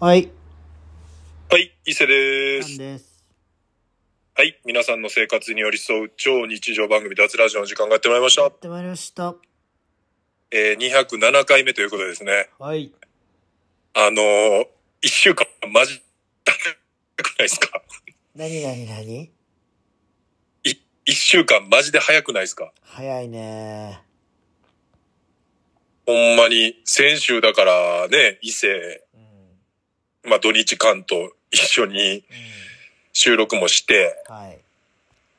はい。はい、伊勢でなすん。です。はい、皆さんの生活に寄り添う超日常番組脱ラジオの時間がやってまいりましたやっ。てまいりました。えー、207回目ということでですね。はい。あのー、1週間マジ、だくないですかなになになにい ?1 週間マジで早くないですか早いねほんまに、先週だからね、伊勢、うん。まあ土日関東一緒に収録もして、うん。はい。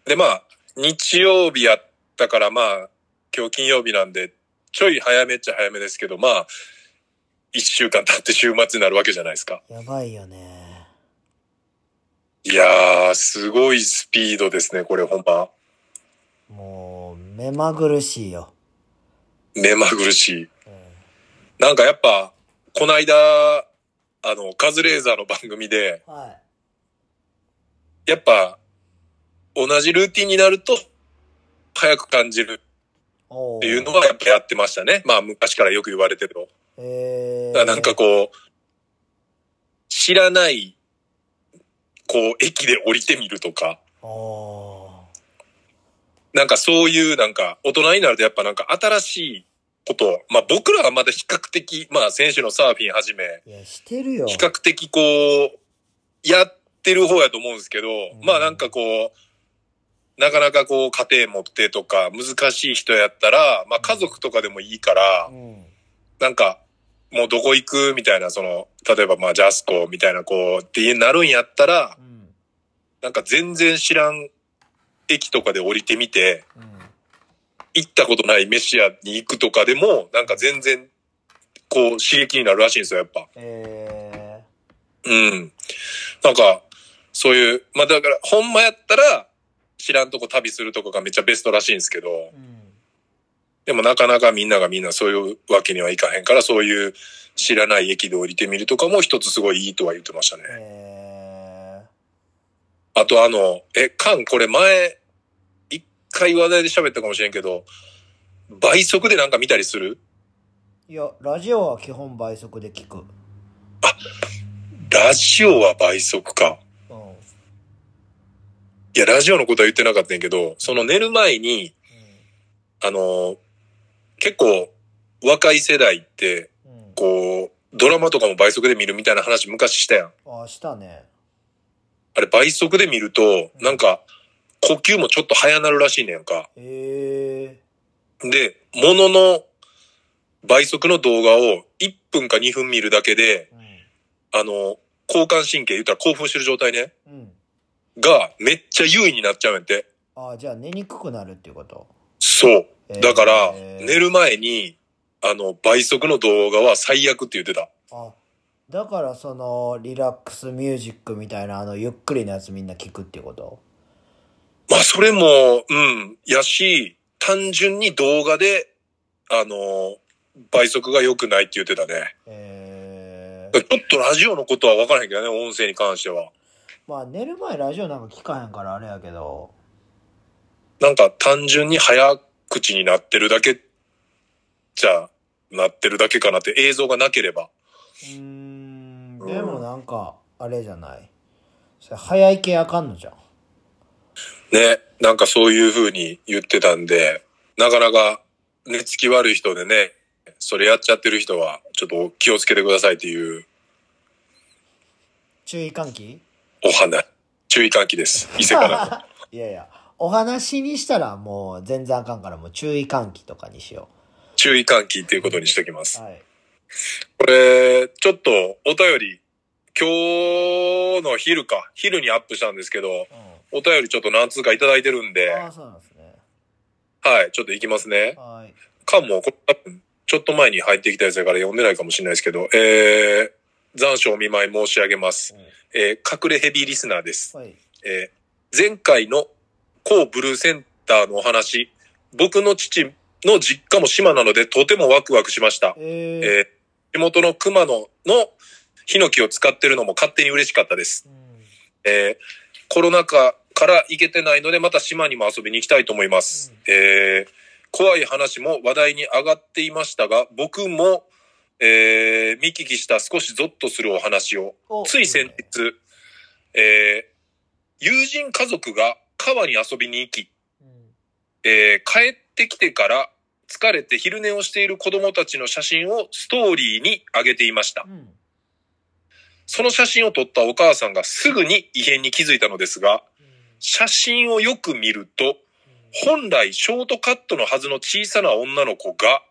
でまあ、日曜日やったからまあ、今日金曜日なんで、ちょい早めっちゃ早めですけど、まあ、1週間経って週末になるわけじゃないですか。やばいよねいやー、すごいスピードですね、これほんま。もう、目まぐるしいよ。目まぐるしい。うん。なんかやっぱ、こないだ、あの、カズレーザーの番組で、はい。やっぱ、同じルーティンになると、早く感じるおーっていうのはやっぱやってましたね。まあ昔からよく言われてるの。えだー。からなんかこう、知らない、こう、駅で降りてみるとか、おーなんかそういうなんか、大人になるとやっぱなんか新しいことを、まあ僕らはまだ比較的、まあ選手のサーフィンはじめ、いや、してるよ。比較的こう、やってる方やと思うんですけど、うんまあなんかこう、なかなかこう家庭持ってとか難しい人やったら、まあ家族とかでもいいからう、ん。なんか、もうどこ行くみたいな、その、例えばまあジャスコみたいなこう、ってなるんやったらう、ん。なんか全然知らん駅とかで降りてみて、うん。行ったことない飯屋に行くとかでも、なんか全然、こう、刺激になるらしいんですよ、やっぱ。えうん。なんか、そういう、まあだから、ほんまやったら、知らんとこ旅するとかがめっちゃベストらしいんですけどー。う、ん。でもなかなかみんながみんなそういうわけにはいかへんから、そういう知らない駅で降りてみるとかも一つすごいいいとは言ってましたね。えあとあの、え、カン、これ前、一回話題で喋ったかもしれんけど、倍速でなんか見たりするー。いや、ラジオは基本倍速で聞く。ラジオは倍速か。うん。うん。いや、ラジオのことは言ってなかったんやけど、その寝る前に、あのー結構、若い世代って、うん。こう、ドラマとかも倍速で見るみたいな話昔したやん。あ、したね。あれ倍速で見ると、なんか、呼吸もちょっと早なるらしいねんか。えで、ものの倍速の動画を1分か2分見るだけで、ー。あのー交感神経言ったら興奮してる状態ね、うん。うん。がめっちゃ優位になっちゃうんやって。あ、じゃあ寝にくくなるっていうこと。そう。えーだから、えー寝る前に、あの、倍速の動画は最悪って言ってた。あ、だからその、リラックスミュージックみたいな、あの、ゆっくりのやつみんな聞くっていうことまあ、それも、うん、やし、単純に動画で、あの、倍速が良くないって言ってたね。えちょー。っとラジオのことは分からへんけどね、音声に関しては。まあ、寝る前ラジオなんか聞かへんからあれやけど。なんか単純に早口になってるだけ、じゃ、なってるだけかなって映像がなければ。うーん、でもなんか、あれじゃない。それ早い系あかんのじゃん。ね、なんかそういう風に言ってたんで、なかなか寝つき悪い人でね、それやっちゃってる人は、ちょっと気をつけてくださいっていう注意喚起お花、注意喚起です。伊勢からいの。やいや、お話にしたらもう全然あかんから、もう注意喚起とかにしよ注意喚起っていうことにしときまう。す。はい。これ、ちょっとお便り、今日の昼か、昼にアップしたんですけど、うお便りちょっと何通かいただいてるんでん、ああ、そうなんですね。はい、ちょっと行きますね。はい。かも、これ多分、ちょっと前に入ってきたやつだから読んでないかもしれないですけど、えー、残暑お見舞い申し上げます。えー隠れヘビーリスナーです。はい。えー前回の高ブルーセンターのお話、僕の父の実家も島なのでとてもワクワクしました。えー、えー地元の熊野のヒノキを使ってるのも勝手に嬉しかったです。うんえーコロナ禍から行けてないのでまた島にも遊びに行きたいと思います。えー怖い話も話題に上がっていましたが、僕もえー見聞きした少しゾッとするお話を、おつい先日、えー友人家族が川に遊びに行き、うんえー帰ってきてから疲れて昼寝をしている子供たちの写真をストーリーに上げていました。うんその写真を撮ったお母さんがすぐに異変に気づいたのですが、写真をよく見ると、本来ショートカットのはずの小さな女の子が、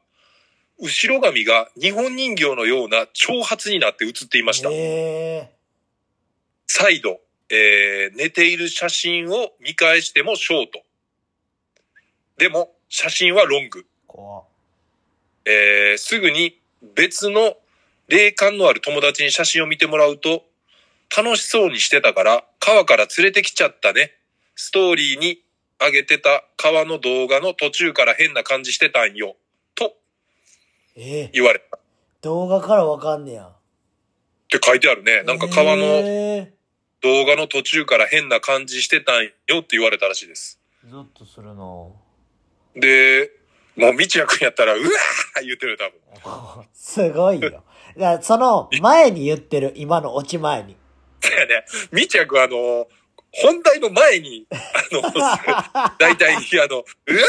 後ろ髪が日本人形のような長髪になって写っていました。え再度、えー寝ている写真を見返してもショート。でも、写真はロング。ー、怖っえーすぐに別の霊感のある友達に写真を見てもらうと、楽しそうにしてたから、川から連れてきちゃったね。ストーリーに上げてた川の動画の途中から変な感じしてたんよ。とえー、言われた。っ動画からわかんねやて書いてあるね。なんか川のえ動画の途中から変な感じしてたんよって言われたらしいです。ー、ゾッとするの で、もう道也くんやったら、うわー言ってるよ多分。すごいよ。だからその前に言ってる、今の落ち前に。だよね。みちゃくんあの、本題の前に、あ の、大体、あの、うわ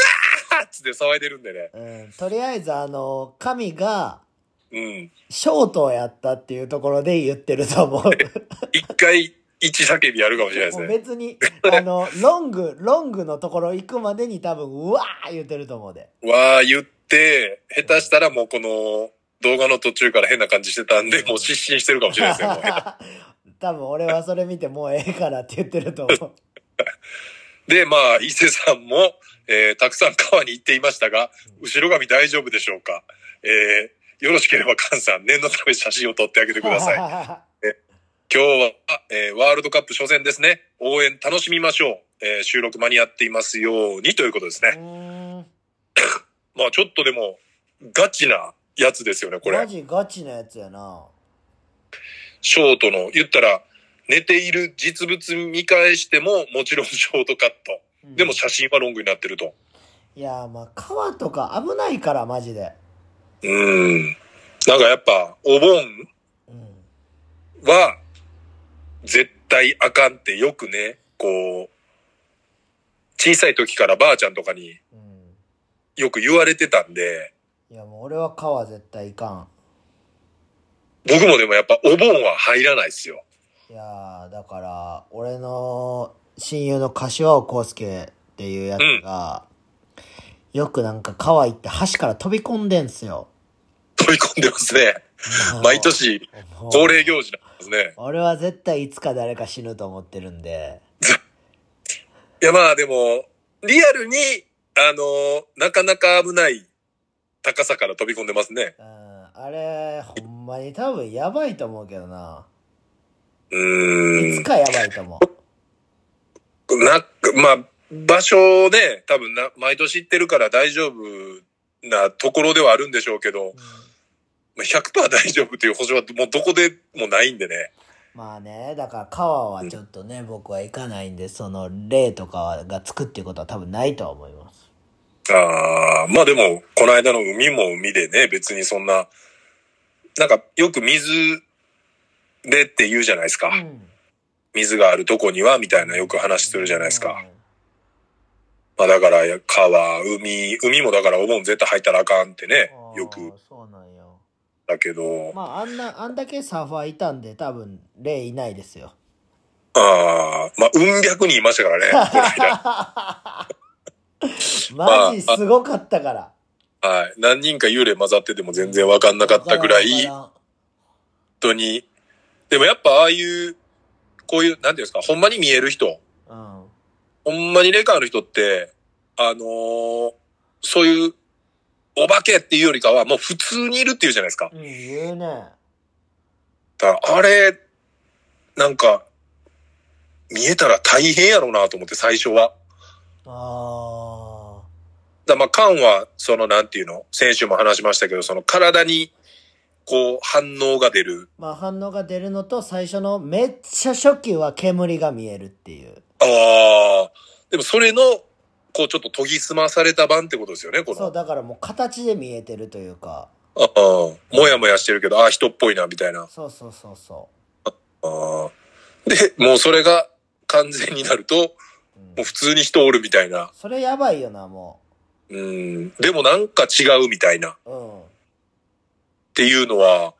ーっつって騒いでるんでね。うん、とりあえずあの、神がうん。ショートをやったっていうところで言ってると 思う。一回、一叫びやるかもしれないですもうね。別 に、あの、ロング、ロングのところ行くまでに多分、うわー言ってると思うで。わー言って、下手したらもうこの、動画の途中から変な感じしてたんで、もう失神してるかもしれないですね。もう下手 多分俺はそれ見てもうええからって言ってると思う。 で、まあ、伊勢さんも、えーたくさん川に行っていましたが、後ろ髪大丈夫でしょうかえーよろしければ菅さん、念のため写真を撮ってあげてください。今日は、えーワールドカップ初戦ですね。応援楽しみましょう。えー収録間に合っていますようにということです うね。ーんまあちょっとでも、ガチなやつですよね、こマれ。ジガチなやつやな。ショートの、言ったら、寝ている実物見返しても、もちろんショートカット。うんでも写真はロングになってると。いやーまあ川とか危ないからマジで。うん。なんかやっぱ、お盆うんは、絶対あかんってよくね、こう、小さい時からばあちゃんとかにうんよく言われてたんで、いやもう俺は川絶対いか僕もでもやっぱお盆は入らないっすよ。ん。いやーだから俺の親友の柏尾康介っていうやつが、よくなんか川行って橋から飛び込んでんすよ。飛び込んでますね。もう毎。年もう恒例行事なんですね。俺は絶対いつか誰か死ぬと思ってるんで。いやまあでも、リアルに、あの、なかなか危ない高さから飛び込んでますね。うん、あれ、ほんまに多分やばいと思うけどな。ういーつん。かやばいと思な、まあ、場所をね、多分な、毎年行ってるから大丈夫なところではあるんでしょうけどう。う、んまあ100%大丈夫という保証はもうどこでもないんでね。まあね、だから川はちょっとね、僕は行かないんで、その霊とかがつくっていうことは多分ないとは思います。ああ、まあでも、この間の海も海でね、別にそんな、なんかよく水でって言うじゃないですか。うん。水があるとこには、みたいなよく話するじゃないですか。まあだから、川、海、海もだからお盆絶対入ったらあかんってねうん。あ、ーよく、そうなんよ。だけど、まあ、あんな、あんだけサーファーいたんで、多分霊いないですよ。ああ、まあ、うん百人いまし たからね、この間。マジすごかったから。はい。何人か幽霊混ざってても全然わかんなかったぐらい、わからんわか本当に。でもやっぱああいう、こういう、なんていうんですか、ほんまに見える人。らんうん。ほんまに霊感ある人って、あのーそういう、お化けっていうよりかは、もう普通にいるっていうじゃないですか。うん、言うね。だからあれ、なんか、見えたら大変やろうなと思って、最初は。あだからまあ、缶は、その、なんていうの、先週も話しましたけど、その、体に、こう、反応が出る。ー。まあ反応が出るのと、最初のめっちゃ初期は煙が見えるっていう。ああ、でもそれの、こう、ちょっと研ぎ澄まされた版ってことですよね、この。そう、だからもう形で見えてるというか。ああ、もやもやしてるけど、ああ、人っぽいな、みたいな。そうそうそうそああで、もうそれが完全になると、う、うんもう普通に人おるみたいな。それやばいよなもうん。でもなんか違うみたいな。っううんていうのは、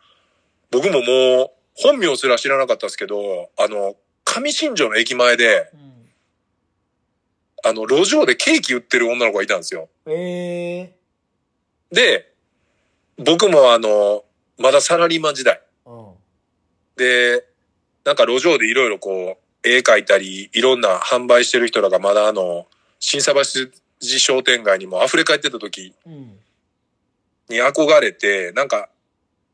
僕ももう、本名すら知らなかったですけど、あの、上新庄の駅前で、うんあの、路上でケーキ売ってる女の子がいたんですよ。ええで、僕もあの、まだサラリーマン時代。うんで、なんか路上でいろいろこう、絵描いたり、いろんな販売してる人らがまだあの、新佐橋商店街にも溢れ返ってた時うんに憧れて、なんか、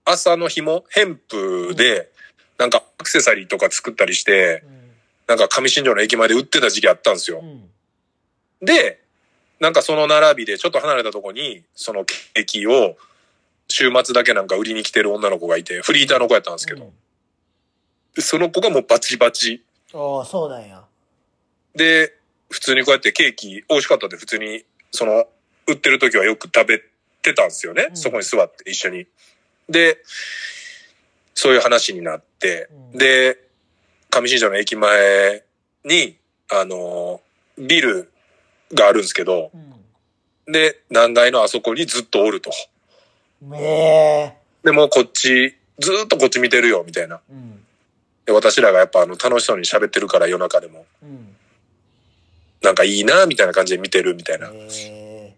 朝の日もヘンプで、なんかアクセサリーとか作ったりして、うんなんか上新庄の駅前で売ってた時期あったんですよう。んで、なんかその並びでちょっと離れたとこに、そのケーキを、週末だけなんか売りに来てる女の子がいて、フリーターの子やったんですけど、うんでその子がもうバチバチああそうなんやで、普通にこうやってケーキ、美味しかったんで普通に、その、売ってる時はよく食べてたんですよね。うんそこに座って一緒に。で、そういう話になって、うんで、上新庄の駅前に、あの、ビルがあるんですけど、うんで、南大のあそこにずっとおると。ええで、もうこっち、ずーっとこっち見てるよ、みたいな。うんで、私らがやっぱあの、楽しそうに喋ってるから夜中でも、うんなんかいいな、みたいな感じで見てる、みたいな。ええ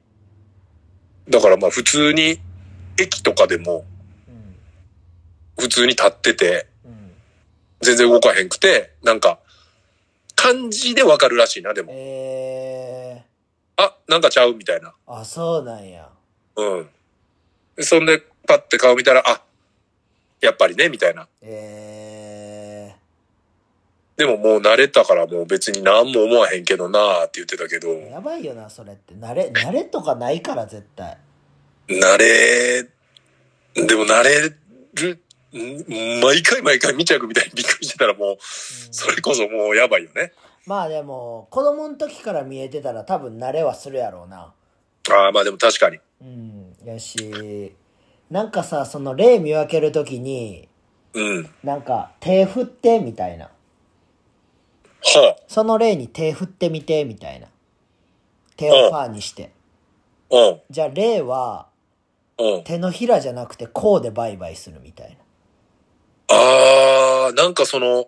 だからまあ普通に、駅とかでもうん普通に立ってて、うん全然動かへんくて、なんか、感じでわかるらしいな、でも。ええあ、なんかちゃうみたいな。あそうなんやうん。でそんで、パッて顔見たら、あ、やっぱりね、みたいな。ええでももう慣れたからもう別に何も思わへんけどなーって言ってたけど、やばいよなそれって慣れ慣れとかないから絶対慣れ、でも慣れる、ん毎回毎回見ちゃうみたいにびっくりしてたらもう、うんそれこそもうやばいよね。まあでも子供の時から見えてたら多分慣れはするやろうなああ、まあでも確かに。うんやしなんかさその霊見分ける時にうん。なんか手振ってみたいなはその霊に手振ってみてみたいな手をパーにしてあ、うん、じゃあ霊はうん。手のひらじゃなくてこうでバイバイするみたいなああ、なんかその、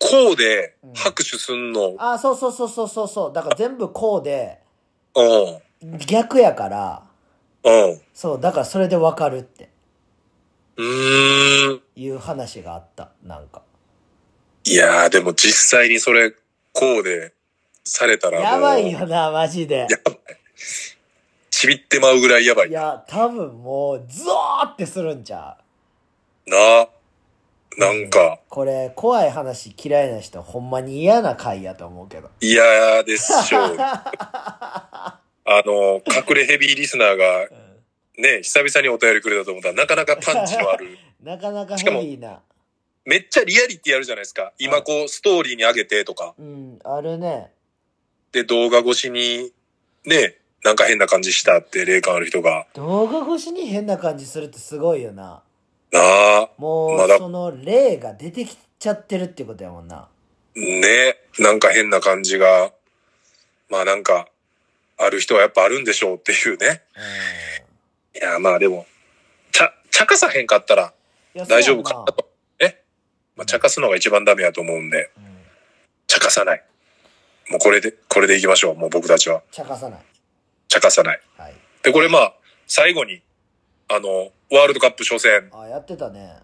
こうで拍手すんの、あそうそうそうそうそうそうだから全部こうでうん、逆やからうん。うそうだからそれでわかるってーん。いう話があったなんかいやー、でも実際にそれ、こうで、されたらもう、やばいよなマジでやばい。ちびってまうぐらいやばい。いなや多分もうズワーってするんちゃあ。なんかう、これ怖い話嫌いな人ほんまに嫌な回やと思うけど嫌でし ょう。あの、隠れヘビーリスナーが、ね、久々にお便りくれたと思ったら、なかなかパンチのある。なかなかしかもヘビーなめっちゃリアリティあるじゃないですか。今こう、ストーリーに上げてとか。うんあるねで、動画越しに、ね、なんか変な感じしたって霊感ある人が、動画越しに変な感じするってすごいよななあ、もう、まだその霊が出てきちゃってるってことやもんなね、なんか変な感じが、まあなんか、ある人はやっぱあるんでしょうっていうね。うんいや、まあでも、ちゃ、ちゃかさへんかったらいや大丈夫そかうなと。ね。まあ、ちゃかすのが一番ダメやと思うんで、やなうんちゃかさない。もうこれで、これでいきましょう。もう僕たちは。茶化さないちゃかさない。はいで、これまあ、最後に、あの、ワールドカップ初戦。あやってたね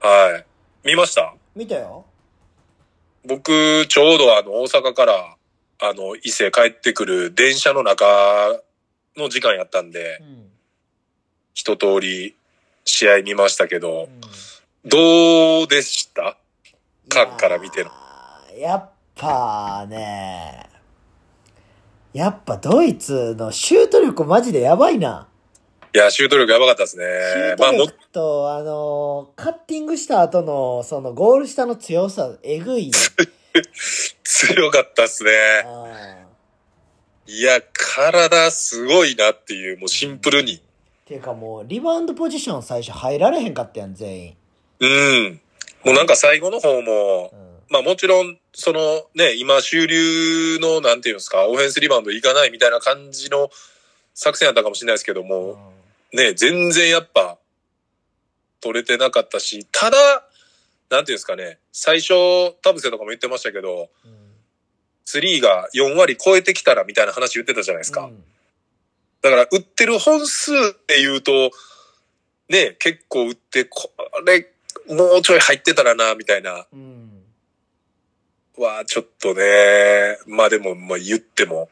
はい。見ました見たよ僕、ちょうどあの、大阪から、あの、伊勢帰ってくる電車の中の時間やったんでう、ん一通り試合見ましたけどう、んどうでした感から見てのいやーやっぱね、やっぱドイツのシュート力マジでやばいな。いや、シュート力やばかったですねシ。ューまあ、トも、力と、あのー、カッティングした後の、そのゴール下の強さ、えぐ いね。強かったですね。うんいや、体すごいなっていう、もうシンプルに。ていうかもう、リバウンドポジション最初入られへんかったやん、全員。うん。もうなんか最後の方もう、ん。まあもちろん、そのね、今、終流の、なんていうんですか、オフェンスリバウンドいかないみたいな感じの作戦やったかもしれないですけどうんも、ね、全然やっぱ、取れてなかったし、ただ、なんていうんですかね、最初、田臥とかも言ってましたけど、うんスリーが4割超えてきたらみたいな話言ってたじゃないですか。うんだから、売ってる本数っていうと、ね、結構売って、これ、もうちょい入ってたらな、みたいな。うん。は、ちょっとね、まあでも、まあ言っても。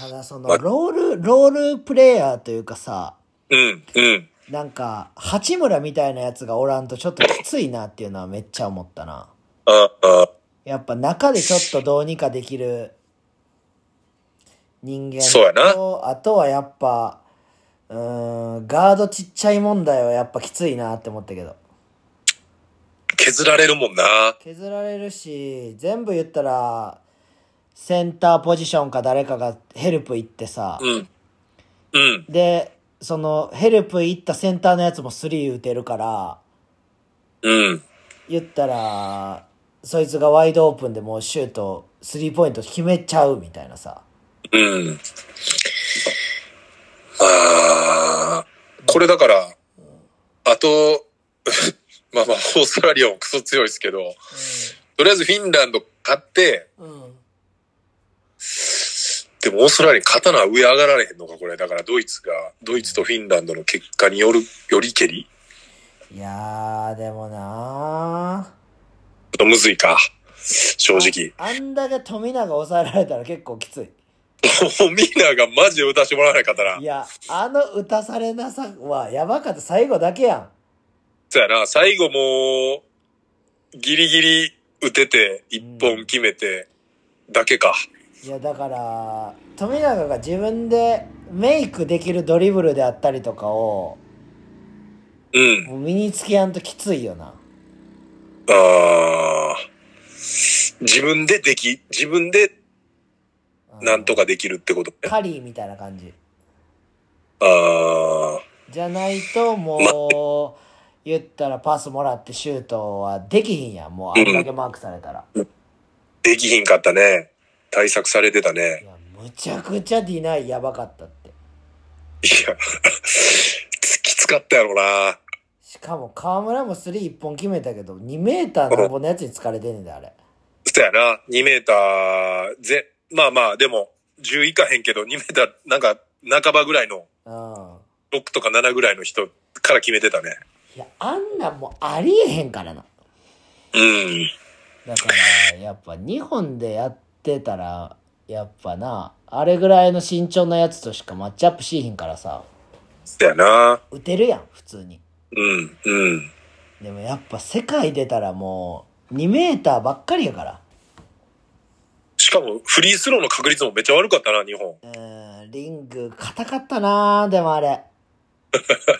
うんただそまのあロール、ロールプレイヤーというかさ、うん、うん。なんか、八村みたいなやつがおらんとちょっときついなっていうのはめっちゃ思ったな。ああ、やっぱ中でちょっとどうにかできる人間と、そうやなあとはやっぱ、うーん、ガードちっちゃい問題はやっぱきついなって思ったけど。削られるもんな。削られるし、全部言ったら、センターポジションか誰かがヘルプ行ってさ、うん。うん。で、そのヘルプ行ったセンターのやつもスリー打てるから、うん。言ったら、そいつがワイドオープンでもうシュート、スリーポイント決めちゃうみたいなさ。うん。まあ、これだから、あと、 まあまあ、オーストラリアもクソ強いですけど、とりあえずフィンランド勝って、うん。でもオーストラリアに勝たな上上がられへんのか、これ。だからドイツが、ドイツとフィンランドの結果による、よりけり。いやー、でもなちょっとむずいか。正ー。直。あ。あんだけ富永抑えられたら結構きつい。もうみんながマジで歌してもらわなかったらい。や、あの打たされなさはやばかった。最後だけやん。そうやな、最後もう、ギリギリ打てて、一本決めて、だけか。いやだから富永が自分でメイクできるドリブルであったりとかをうん。もう身につけやんときついよなあー自分ででき、自分でなんとかかできるってこと。カリーみたいな感じあじゃないともう言ったらパスもらってシュートはできひんやんもうあんだけマークされたら、ーできひんかったね。対策されてたいね。やむちゃくちゃディナイやばかったっていや、きつかったやろな。しかも河村もスリー一本決めたけど2メーターなんぼのやつに疲れてんねんであれそうやな。2メーター、ぜ、まあまあ、でも、10いかへんけど、2メーター、なんか、半ばぐらいの、うん6とか7ぐらいの人から決めてたね。いやあんなんもうありえへんからなうん。だから、やっぱ日本でやってたら、やっぱな、あれぐらいの身長なやつとしかマッチアップしひんからさ、だよな。打てるやん、普通に。うん、うん。でもやっぱ世界出たらもう、2メーターばっかりやから。しかも、フリースローの確率もめっちゃ悪かったな、日本。うーん、リング、硬かったなでもあ れ。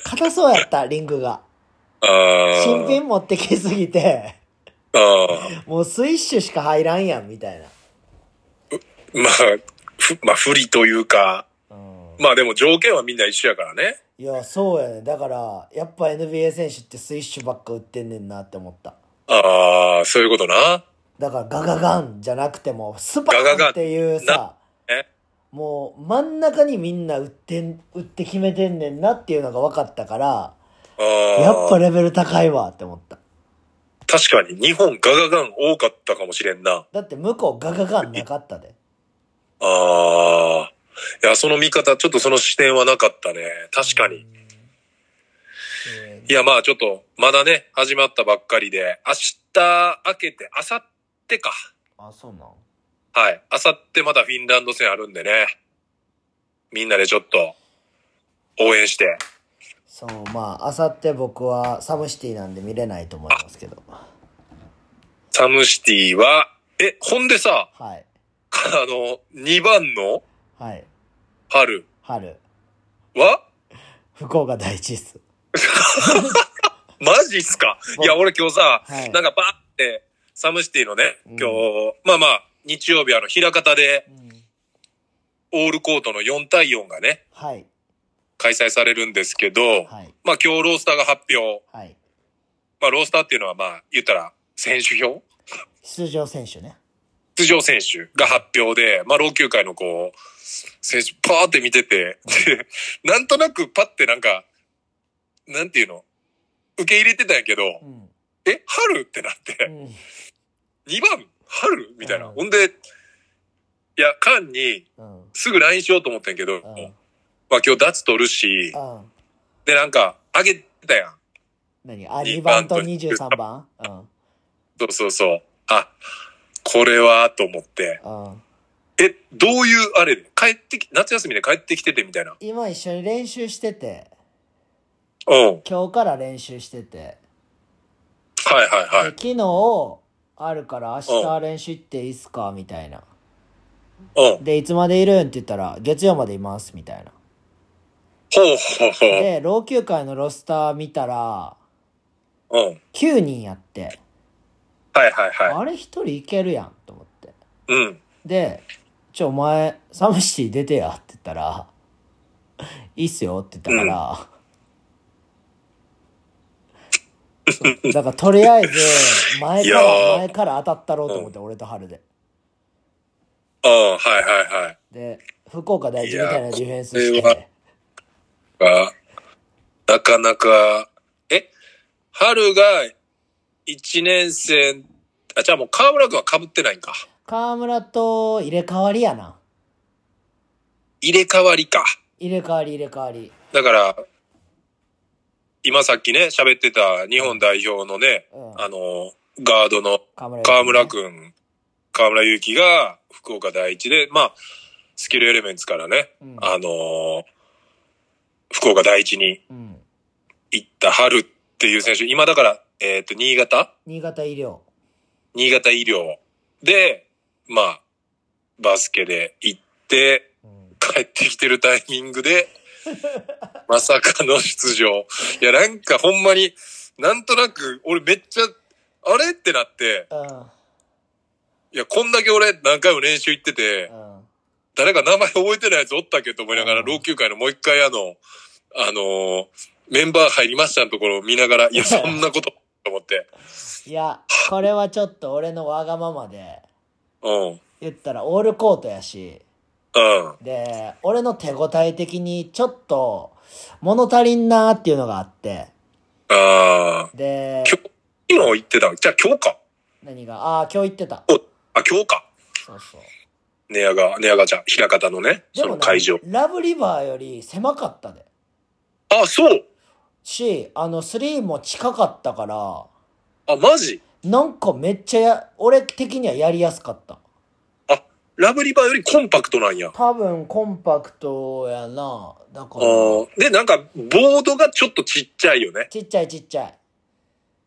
硬そうやった、リングが。あ新ー品持ってきすぎて、あー。もうスイッシュしか入らんやん、みたいな。まあ、ふ、まあ、不利というか、うん。まあでも条件はみんな一緒やからね。いや、そうやね。だから、やっぱ NBA 選手ってスイッシュばっか打ってんねんなって思った。ああ、そういうことな。だからガガガンじゃなくてもスパガガーンガンっていうさえもう真ん中にみんな打ってん打って決めてんねんなっていうのが分かったからあやっぱあ。レベル高いわって思った確かに、日本ガガガン多かったかもしれんな。だって向こうガガガンなかったでああ。いや、その見方、ちょっとその視点はなかったね。確かに。うんいや、まあちょっと、まだね、始まったばっかりで、明日明けて、明後日か。あそうなんはい。あさってまたフィンランド戦あるんでね。みんなでちょっと、応援して。そうまああさって僕はサムシティなんで見れないと思いますけどサムシティは、え、ほんでさ、はいあの、2番のはい春春は福岡第一っすマジっすかいや、俺今日さ、はいなんかバーって、サムシティのね、うん今日、まあまあ、日曜日あの、平方で、うんオールコートの4対4がね、はい開催されるんですけど、はい。まあ今日ロースターが発表。はい。まあロースターっていうのはまあ言ったら選手票出場選手ね。出場選手が発表で、まあ老朽会のこう、選手パーって見てて、で、なんとなくパってなんか、なんていうの受け入れてたんやけど、うん。え、春ってなって。うん。 2番、春みたいな。うんほんで、いや、カンにうん。すぐ LINE しようと思ったんやけど、うん。まあ今日脱取るし、うん。で、なんか、あげてたやん。何あ、二2番番とと23番うん。そうそうそう。あ、これは、と思って。うん。え、どういう、あれ、帰ってき、夏休みで帰ってきててみたいな。今一緒に練習してて、うん。今日から練習してて、はいはいはでい。昨日、あるから明日練習行っていいっすかみたいな。うん。で、いつまでいるんって言ったら、月曜までいます、みたいな。ほうほうほで、老朽会のロスター見たら、う。うん。 9人やって、はいはいはあれ1人いけるやん、と思って。い。うん。で、ちょ、お前、サムシティ出てや、って言ったら、 いいっすよって言ったから、そうだからとりあえず、前かいやーら、前から当たったろうと思って、俺と春で。うん、はいはいはい。で、福岡第一みたいなディフェンスしいやーこて、が、なかなか、え、春が1年生、あ、じゃあもう河村くんは被ってないんか。河村と入れ替わりやな。入れ替わりか。入れ替わり入れ替わり。だから、今さっきね、喋ってた日本代表のね、うんあの、ガードの河村河村ん。くん、河村祐希が福岡第一で、まあ、スキルエレメンツからね、うんあのー福岡第一にうん。行った春っていう選手、今だから、えっ、と、新潟新潟医療。新潟医療で、まあ、バスケで行って、うん。帰ってきてるタイミン グで、まさかの出場。いや、なんかほんまに、なんとなく、俺めっちゃ、あれってなって、うん。いや、こんだけ俺何回も練習行ってて、うん。誰か名前覚えてないやつおったっけと思いながら、うん老朽会のもう一回あの、あのーメンバー入りましたのところを見ながら、いや、そんなこと、と思って。いや、これはちょっと俺のわがままで、うん。言ったらオールコートやし、うん。で、俺の手応え的にちょっと物足りんなーっていうのがあって、ああ。で、今日、昨日行ってた。じゃあ今日か。何が、ああー、今日言ってた。あ、今日か。そうそう。ネアが、ネアガちゃん、平方のね、でそものな会場。ラブリバーより狭かったで。あ、そう。し、あの、スリーも近かったから、あ、マジなんかめっちゃや、俺的にはやりやすかった。ラブリバーよりコンパクトなんや。あ多分コンパクトやな。だから、ーで、なんか、ボードがちょっとちっちゃいよね。ちっちゃいちっちゃい。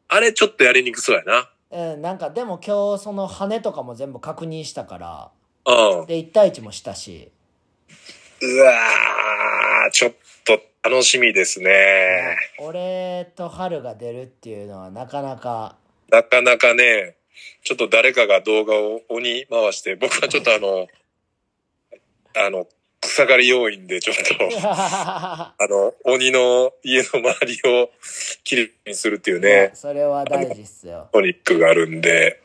あれちょっとやりにくそうやな。うん、なんかでも今日その羽とかも全部確認したから、うん。で、1対1もしたし、うわー、ちょっと楽しみですね。俺と春が出るっていうのはなかなか、なかなかね、ちょっと誰かが動画を鬼回して、僕はちょっとあの、あの、草刈り要員でちょっと。あの、鬼の家の周りをきれいにするっていうね、 それは大事っすよ。トニックがあるんで、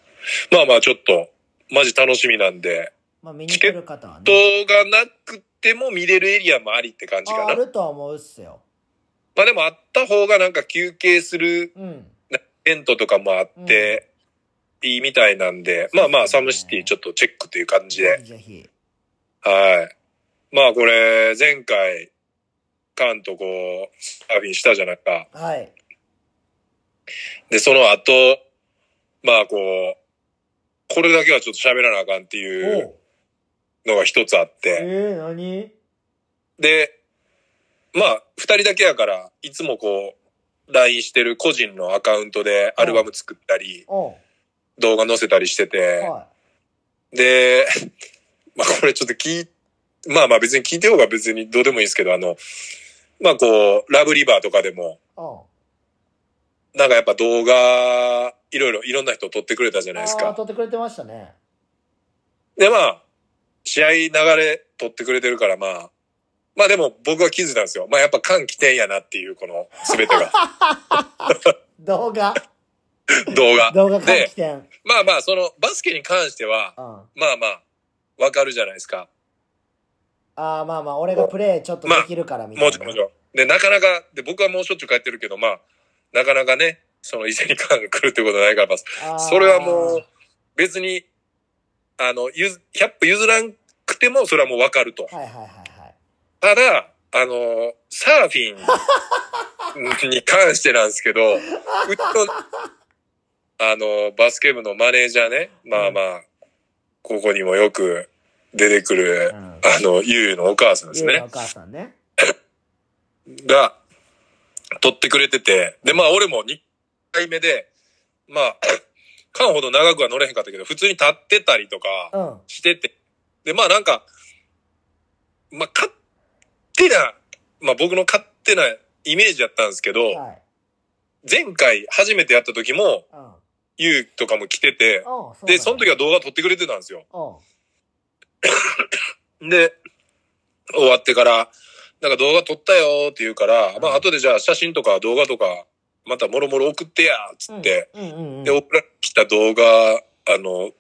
まあまあちょっと、マジ楽しみなんで、まあ見に来る方は動ね。画なくても見れるエリアもありって感じあかあな。るとは思うっすよ。まあでもあった方がなんか休憩するうん。テントとかもあって、いいみたいなんで、まあまあサムシティちょっとチェックという感じぜで、ひぜひ。はい。まあこれ、前回、カンとこう、サーフィンしたじゃないか。はい。で、その後、まあこう、これだけはちょっと喋らなあかんっておいううのが一つあって、えー、何で、まあ二人だけやから、いつもこう、LINE してる個人のアカウントでアルバム作ったり、おう動画載せたりしてて、はで、まあこれちょっと聞い、まあまあ別に聞いてようが別にどうでもいいんですけど、あの、まあこう、ラブリバーとかでも、い。おなんかやっぱ動画、いろいろ、いろんな人撮ってくれたじゃうないあですあかー、。撮ってくれてましたね。で、まあ、試合流れ取ってくれてるから、まあ、まあでも僕は気づいたんですよ。まあやっぱ感起点やなっていう、この全 てが、動画、動画。動画換で気、点。まあまあ、そのバスケに関してはう、ん。あまあまあ、わかるじゃないですか。あ、まあまあ、俺がプレイちょっとできるからみたいもな。ちろん、もちろん。で、なかなか、で、僕はもうしょっちゅう帰ってるけど、まあ、なかなかね、その伊勢に感が来るってことはないから、まああーそれはもう、別に、あの、ゆず100歩譲らんくても、それはもうわかると。はいはいはいはい。ただ、あの、サーフィンに 関してなんですけど、うちの、あの、バスケ部のマネージャーね、まあまあ、ここにもよく出てくるう、ん。あの、ゆうゆうのお母さんですゆうねのお。母さんね。が、撮ってくれてて、で、まあ俺も2回目で、まあ、 間ほど長くは乗れへんかったけど、普通に立ってたりとかうん。してて、で、まあなんか、まあ勝手な、まあ僕の勝手なイメージだったんですけど、はい。前回初めてやった時も、うん。ゆうとかも来てて、うん。うで、その時は。は動画撮ってくれてたんですよ。うん。で、終わってから、なんか動画撮ったよって言うから、まあ後でじゃあ写真とか動画とか、またもろもろ送ってや、つって、うんうんうん。で、送られてきた動画、あの、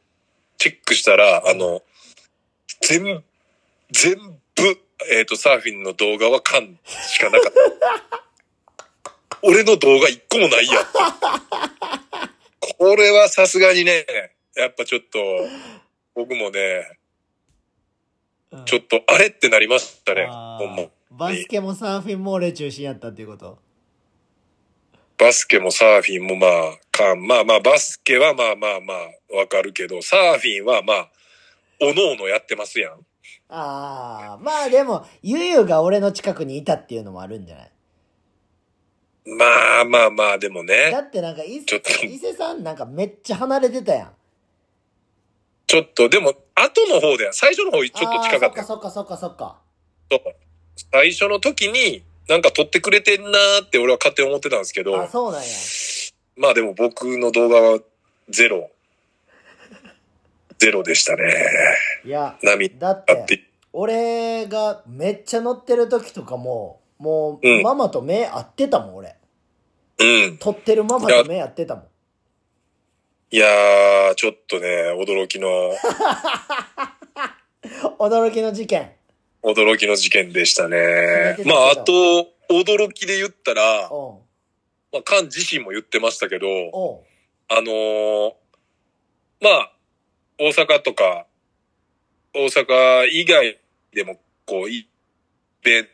チェックしたら、あの、全、全部、えっ、と、サーフィンの動画は缶しかな かった。俺の動画一個もないやん。これはさすがにね、やっぱちょっと、僕もね、うんちょっと、あれってなりましたね。あほんまー。バスケもサーフィンも俺中心やったっていうこと。バスケもサーフィンもまあ、かん。まあまあ、バスケはまあまあまあ、わかるけど、サーフィンはまあ、おのおのやってますやん。ああ、まあでも、ゆゆが俺の近くにいたっていうのもあるんじゃないまあまあまあ、でもだね、ってなんか伊ちょっと勢、伊勢さんなんかめっちゃ離れてたやん。ちょっと、でも、後の方で、最初の方ちょっと近かったあーよそっかそっかそっかそう最初の時に、なんか撮ってくれてんなーって俺は勝手に思ってたんですけそっか。あ、ど、そうなんや。まあでも僕の動画はゼロ。ゼロでしたね。い や、波だっ、あってて。俺がめっちゃ乗ってる時とかも、もう、うんママと目合ってたもん、俺。うん。撮ってるママと目合ってたもん。 いやー、ちょっとね、驚きの驚きの事件。驚きの事件でしたね初めてだけ。どまあ、あと、驚きで言ったら、おうまあ、カン自身も言ってましたけど、おうあのーまあ、大阪とか、大阪以外でも、こう、イベント、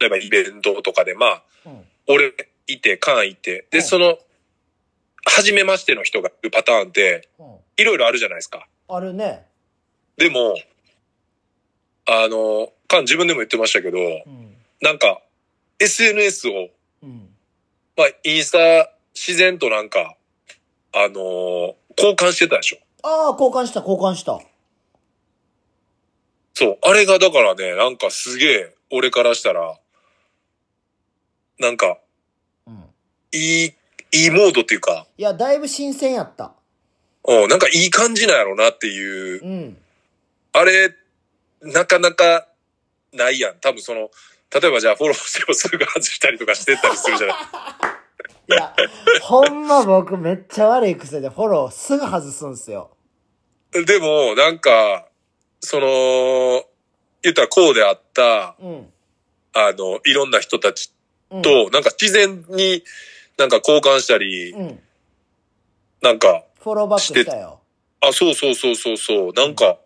例えばイベントとかで、まあ、うん。俺いて、カンいて、うで、んその、初めましての人がいるパターンって、うん。いろいろあるじゃないですか。あるね。でも、あの、カン自分でも言ってましたけど、うん。なんか、SNS を、うん。まあ、インスタ自然となんか、あのー交換してたでしょ。ああ、交換した、交換した。そう。あれがだからね、なんかすげえ、俺からしたら、なんか、うん。いい、いいモードっていうか、いや、だいぶ新鮮やった。うん、なんかいい感じなんやろうなっていうう、ん。あれ、なかなかないやん。多分その、例えばじゃあフォローをすぐ外したりとかしてたりするじゃない。いや、ほんま僕めっちゃ悪い癖でフォローすぐ外すんすよ。でも、なんか、その、言ったらこうであった、うん。あの、いろんな人たちうん、と、なんか自然になんか交換したり、うん。なんか、フォローバックしたよ。あ、そうそうそうそうそう、なんか、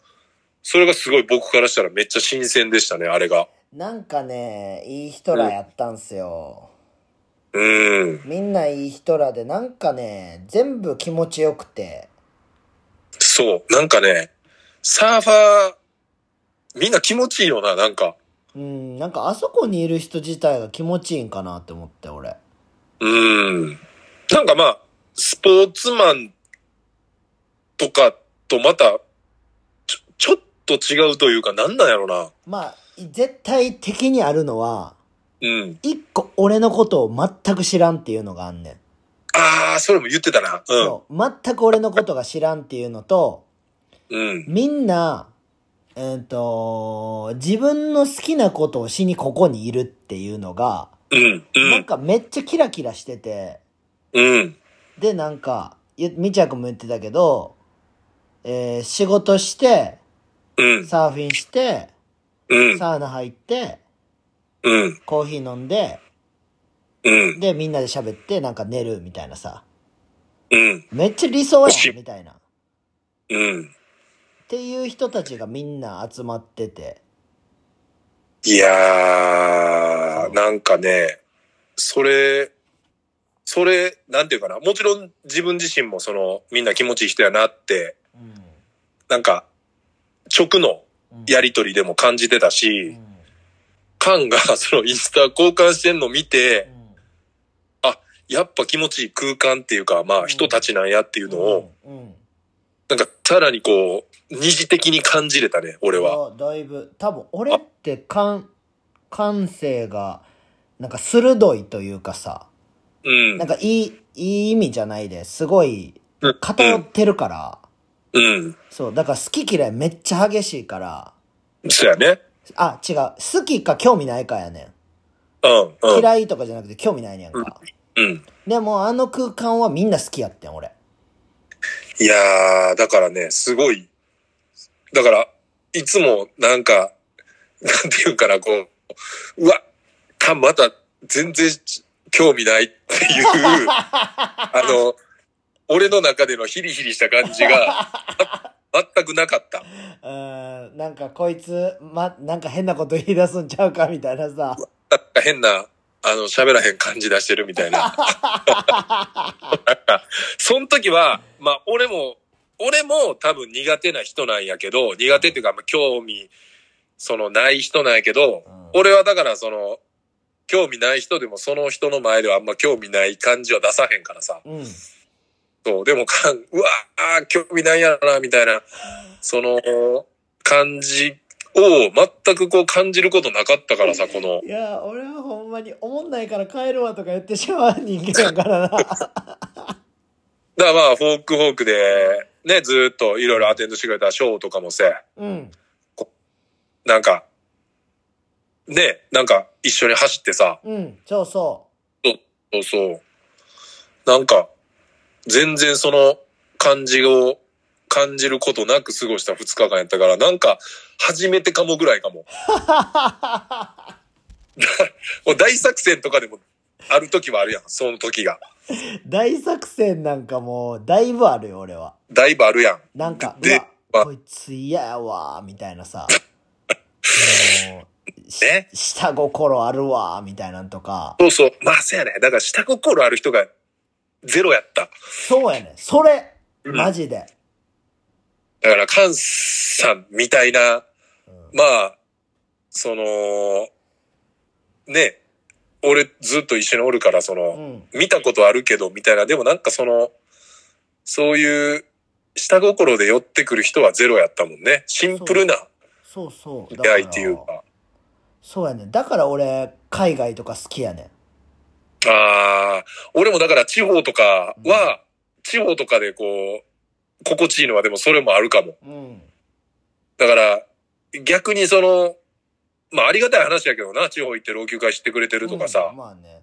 それがすごい僕からしたらめっちゃ新鮮でしたね、あれが。なんかね、いい人らやったんすよ。うん。みんないい人らで、なんかね、全部気持ちよくて。そう。なんかね、サーファー、みんな気持ちいいよな、なんか。うん、なんかあそこにいる人自体が気持ちいいんかなって思って、俺。うん。なんかまあ、スポーツマンとかとまた、ちょ、ちょっと違うというか、なんなんやろな。まあ、絶対的にあるのは、うん。一個俺のことを全く知らんっていうのがあんねん。ああ、それも言ってたな。うん。そう。全く俺のことが知らんっていうのと、うん。みんな、えっと、自分の好きなことをしにここにいるっていうのが、うん、うなんん、かめっちゃキラキラしてて、うん、で、なんか、ゆみちゃくんも言ってたけど、えー仕事して、うん、サーフィンして、うん、サウナ入って、うん、コーヒー飲んで、うん、で、みんなで喋って、なんか寝るみたいなさ。うん、めっちゃ理想欲やしいん、みたいな。っうん。ていう人たちがみんな集まってて。いやー、なんかね、それ、それ、なんていうかな、もちろん自分自身もその、みんな気持ちいい人やなって、うんなんか、直のうんやりとりでも感じてたうんし、カンが そのインスタ交換してんの見て、やっぱ気持ちいい空間っていうか、まあ人たちなんやっていうのを、うんうんなんかさらにこう、二次的に感じれたね、俺は。そうだいぶ多分俺って感感性がなんか鋭いというかさう んなん。かいいいい意味じゃないですごいうん偏ってるから、うん。そうだから好き嫌いめっちゃ激しいからそうやね。あ違う好きか興味ないかやねうん。んうん。嫌いとかじゃなくて興味ないねんか、うん。でもあの空間はみんな好きやってん俺いやー、だからね、すごい。だから、いつもなんか、なんていうんかな、こう、うわ、た、また、全然ち、興味ないって いう、あの、俺の中でのヒリヒリした感じが、あ全くなかった。うーんなんかこいつまなんか変なこと言い出すんちゃうかみたいなさなんか変な、あの、喋らへん感じ出してるみたいな。なんかその時は、まあ、俺も、俺も多分苦手な人なんやけど、苦手っていうか、まあ、興味、その、ない人なんやけど、うん俺はだから、その、興味ない人でもその人の前ではあんま興味ない感じは出さへんからさ。うんそう、でもかん、うわあ興味ないやろな、みたいな、その、感じを全くこう感じることなかったからさ、この、いや俺はほんまに「おもんないから帰るわ」とか言ってしまう人間やからなだからまあ、フォークフォークで、ね、ずーっといろいろアテンドしてくれたショーとかもせ、うんなんか、ね、なんか一緒に走ってさ、うんそうそそうそう。なんか、全然その感じを感じることなく過ごした2日間やったから、なんか、初めてかもぐらいかも。 もう大作戦とかでもある時はあるやん、その時が。う大作戦なんかもうだいぶあるよ俺はだいぶあるやん。なんか「うでわあこいつ嫌やわ」みたいなさもうしね下心あるわみたいなんとかそうそう。まあ、そうやね。だから下心ある人がゼロやった。そうやねんそれうんマジで、だから、カンさんみたいな、うんまあ、その、ね、俺ずっと一緒におるから、その、うん見たことあるけど、みたいな、でもなんかその、そういう、下心で寄ってくる人はゼロやったもんね。シンプルなそうそうだ出会いっていうか。そうやねんだから俺海外とか好きやねんああ、俺もだから地方とかは、地方とかでこう、心地いいのはでもそれもあるかも。うんだから、逆にその、まあありがたい話やけどな、地方行って老朽化してくれてるとかさ。うんまあね、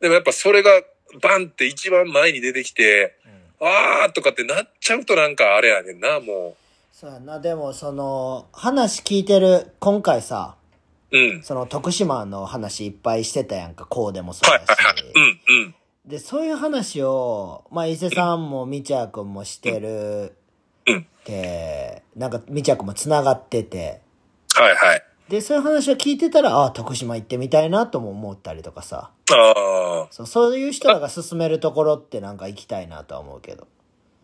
でもやっぱそれがバンって一番前に出てきて、うんあーとかってなっちゃうとなんかあれやねんな、もそうやな、でもその、話聞いてる、今回さ、う。うん。その徳島の話いっぱいしてたやんか、こうでもそうはいやはいし。はい。うんうん。で、そういう話を、まあ、伊勢さんもみちゃくんもしてるうんって、なんかみちゃくんも繋がってて、はいはい。で、そういう話を聞いてたら、ああ、徳島行ってみたいなとも思ったりとかさ、ああ、そうそういう人らが勧めるところってなんか行きたいなとは思うけど。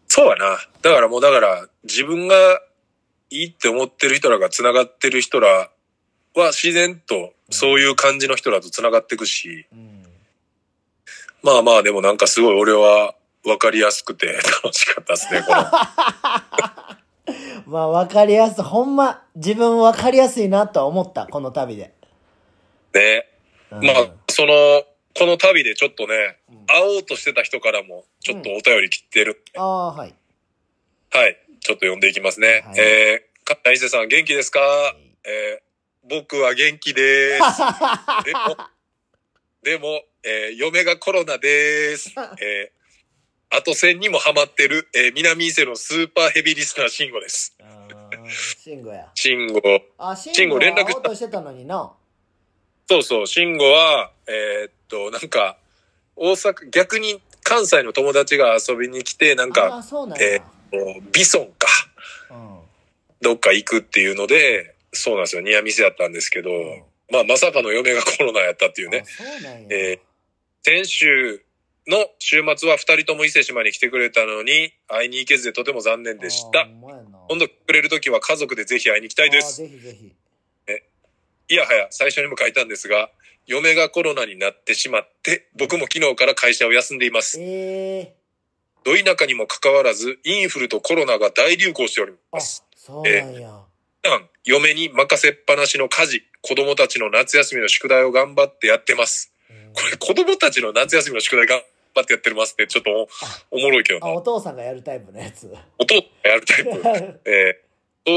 そうやな。だからもうだから、自分がいいって思ってる人らが繋がってる人らは自然とそういう感じの人らと繋がっていくし、うん。まあまあでもなんかすごい俺は分かりやすくて 楽しかったですね、この。まあ、わかりやすい、ほんま、自分わかりやすいなとは思った、この旅で。ね。うんまあ、その、この旅でちょっとね、うん会おうとしてた人からも、ちょっとお便り来てる。ああ、はい。はい。ちょっと読んでいきますね。はいえーか伊勢さん、元気ですかえー僕は元気です。 でも、でも、えー嫁がコロナ です。えー、後戦にもハマってる、えー南伊勢のスーパーヘビーリスナー、慎吾です。あー慎吾や。慎吾。あ、慎慎吾吾連連絡絡したしとしてたのにな。そうそう、慎吾は、えーっと、なんか、大阪、逆に関西の友達が遊びに来て、なんあー、か、そうなんえや。ビソンか、うん。どっか行くっていうので、そうなんですよ、ニアミスやったんですけど、うんまあ、まさかの嫁がコロナやったっていうねあ。そうなんや。え先週の週末は二人とも伊勢志摩に来てくれたのに、会いに行けずでとても残念でしあたー。ほんまやな今度くれるときは家族でぜひ会いに行きたいです。あーぜひぜひ。いやはや、最初にも書いたんですが、嫁がコロナになってしまって、僕も昨日から会社を休んでいます。ええど田舎にもかかわらず、インフルとコロナが大流行しておりー。あま、す。そうなんや。普段、嫁に任せっぱなしの家事、子供たちの夏休みの宿題を頑張ってやってます。うんこれ、子供たちの夏休みの宿題頑張ってやってますって、ちょっとおおもろいけどあ、な。お父さんがやるタイプのや つ。音をやるタイプ。えー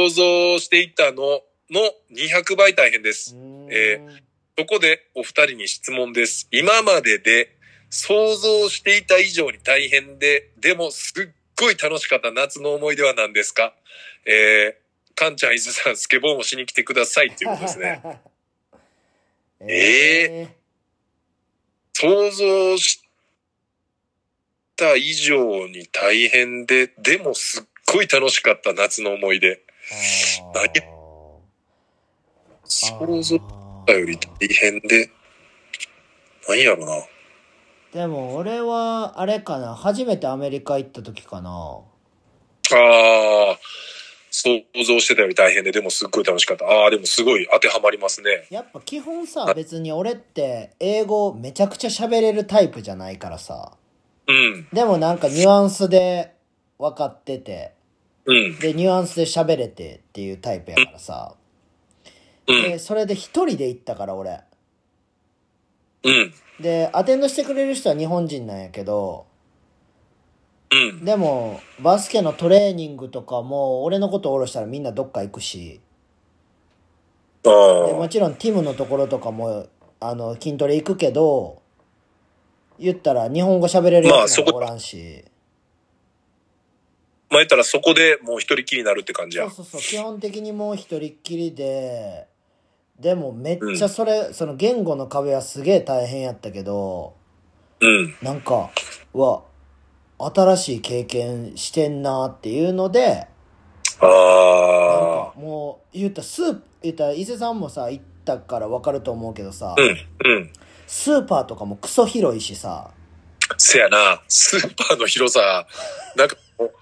想像していたのの200倍大変です。えそこでお二人に質問です。今までで想像していた以上に大変で、でもすっごい楽しかった夏の思い出は何ですかえー、かんちゃん、伊豆さん、スケボーもしに来てくださいっていうことで すね。ね。え想像した以上に大変で、でもすっごい楽しかった夏の思い出。ーだけ想像ったより大変で、何やろな。でも俺はあれかな初めてアメリカ行った時かなああ、想像してたより大変で、でもすっごい楽しかった。ああ、でもすごい当てはまりますね。やっぱ基本さ別に俺って英語めちゃくちゃ喋れるタイプじゃないからさうん、でもなんかニュアンスで分かっててうん、でニュアンスで喋れてっていうタイプやからさうん、でそれで一人で行ったから俺うん、でアテンドしてくれる人は日本人なんやけどうん。でもバスケのトレーニングとかも俺のこと下ろしたらみんなどっか行くしあでもあ、ちろんティムのところとかもあの筋トレ行くけど言ったら日本語喋れるまやあつなそんこかおらんし、まあ言ったらそこでもう一人きりになるって感じや。そうそうそう基本的にもう一人っきりででもめっちゃそれ、その言語の壁はすげえ大変やったけどうん、なんかうわ新しい経験してんなっていうのでなんああか、もう言ったらスープ言ったら伊勢さんもさ行ったから分かると思うけどさ、うん、うん。スーパーとかもクソ広いしさせやな、スーパーの広さ、なんかもう、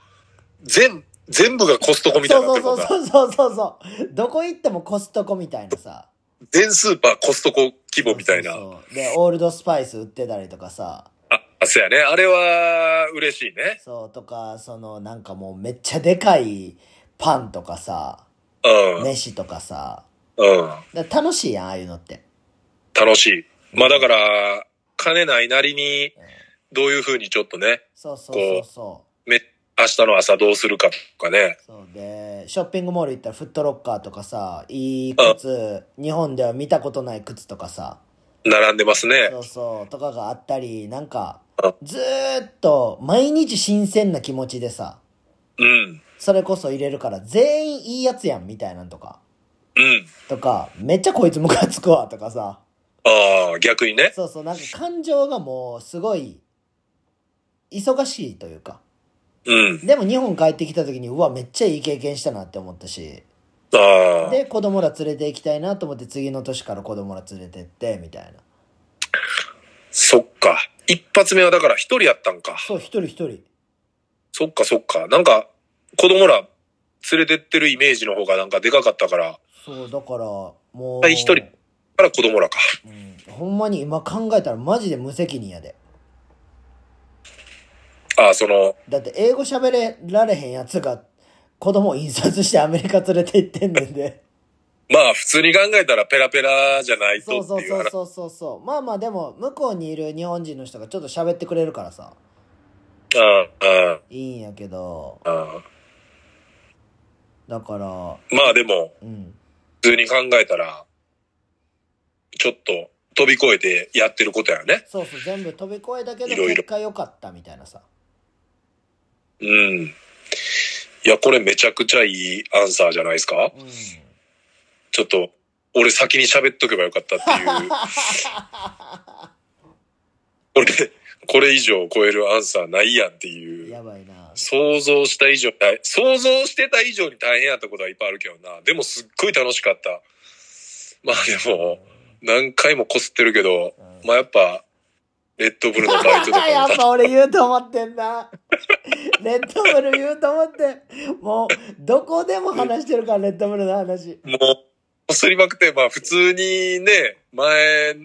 全、全部がコストコみたいになっそてうるもそんうな。そうそうそうそうどこ行ってもコストコみたいなさ全スーパーコストコ規模みたいな。そうそうでオールドスパイス売ってたりとかさあ、そうやね。あれは嬉しいね。そうとかそのなんかもうめっちゃでかいパンとかさうん、飯とかさうん。だから楽しいやんああいうのって楽しい。まあだから、金ないなりに、どういうふうにちょっとね、そうそうそうそめ、明日の朝どうするかとかねう。そうでショッピングモール行ったらフットロッカーとかさいい靴日本では見たことない靴とかさ並んでますねそ。うそうとかがあったりなんかうんずーっと毎日新鮮な気持ちでさうん。それこそ入れるから全員いいやつやんみたいなんとかうん。とかめっちゃこいつムカつくわとかさああ、逆にね。そうそうなんか感情がもうすごい忙しいというかうん。でも日本帰ってきた時にうわめっちゃいい経験したなって思ったしああ。で子供ら連れて行きたいなと思って次の年から子供ら連れてってみたいなそっか。一発目はだから一人やったんか。そう一人一人そっかそっか。なんか、子供ら連れてってるイメージの方がなんかでかかったから、そうだからもうはい一人から子供らか。うん、ほんまに今考えたらマジで無責任やでああ、その、だって英語喋れられへんやつが子供を印刷してアメリカ連れて行ってんねん でまあ普通に考えたらペラペラじゃないそとうってそういうそう話。そうそうそうまあまあでも向こうにいる日本人の人がちょっと喋ってくれるからさああ、いいんやけどああ、だから、まあでも、うん。普通に考えたら、ちょっと飛び越えてやってることやね。そうそう、全部飛び越えだけど、いろいろ結果良かったみたいなさ。うん。いや、これめちゃくちゃいいアンサーじゃないですかうん。ちょっと、俺先に喋っとけばよかったっていう。これ、これ以上超えるアンサーないやんっていう。やばいな。想像した以上、大想像してた以上に大変やったことはいっぱいあるけどな。でもすっごい楽しかった。まあでも、何回もこすってるけど、うんまあやっぱ、レッドブルのバイトと かやもっぱ俺言うと思ってんな。 レッドブル言うと思って、もう、どこでも話してるから、レッドブルの話。もう、こすりまくって、まあ普通にね、前、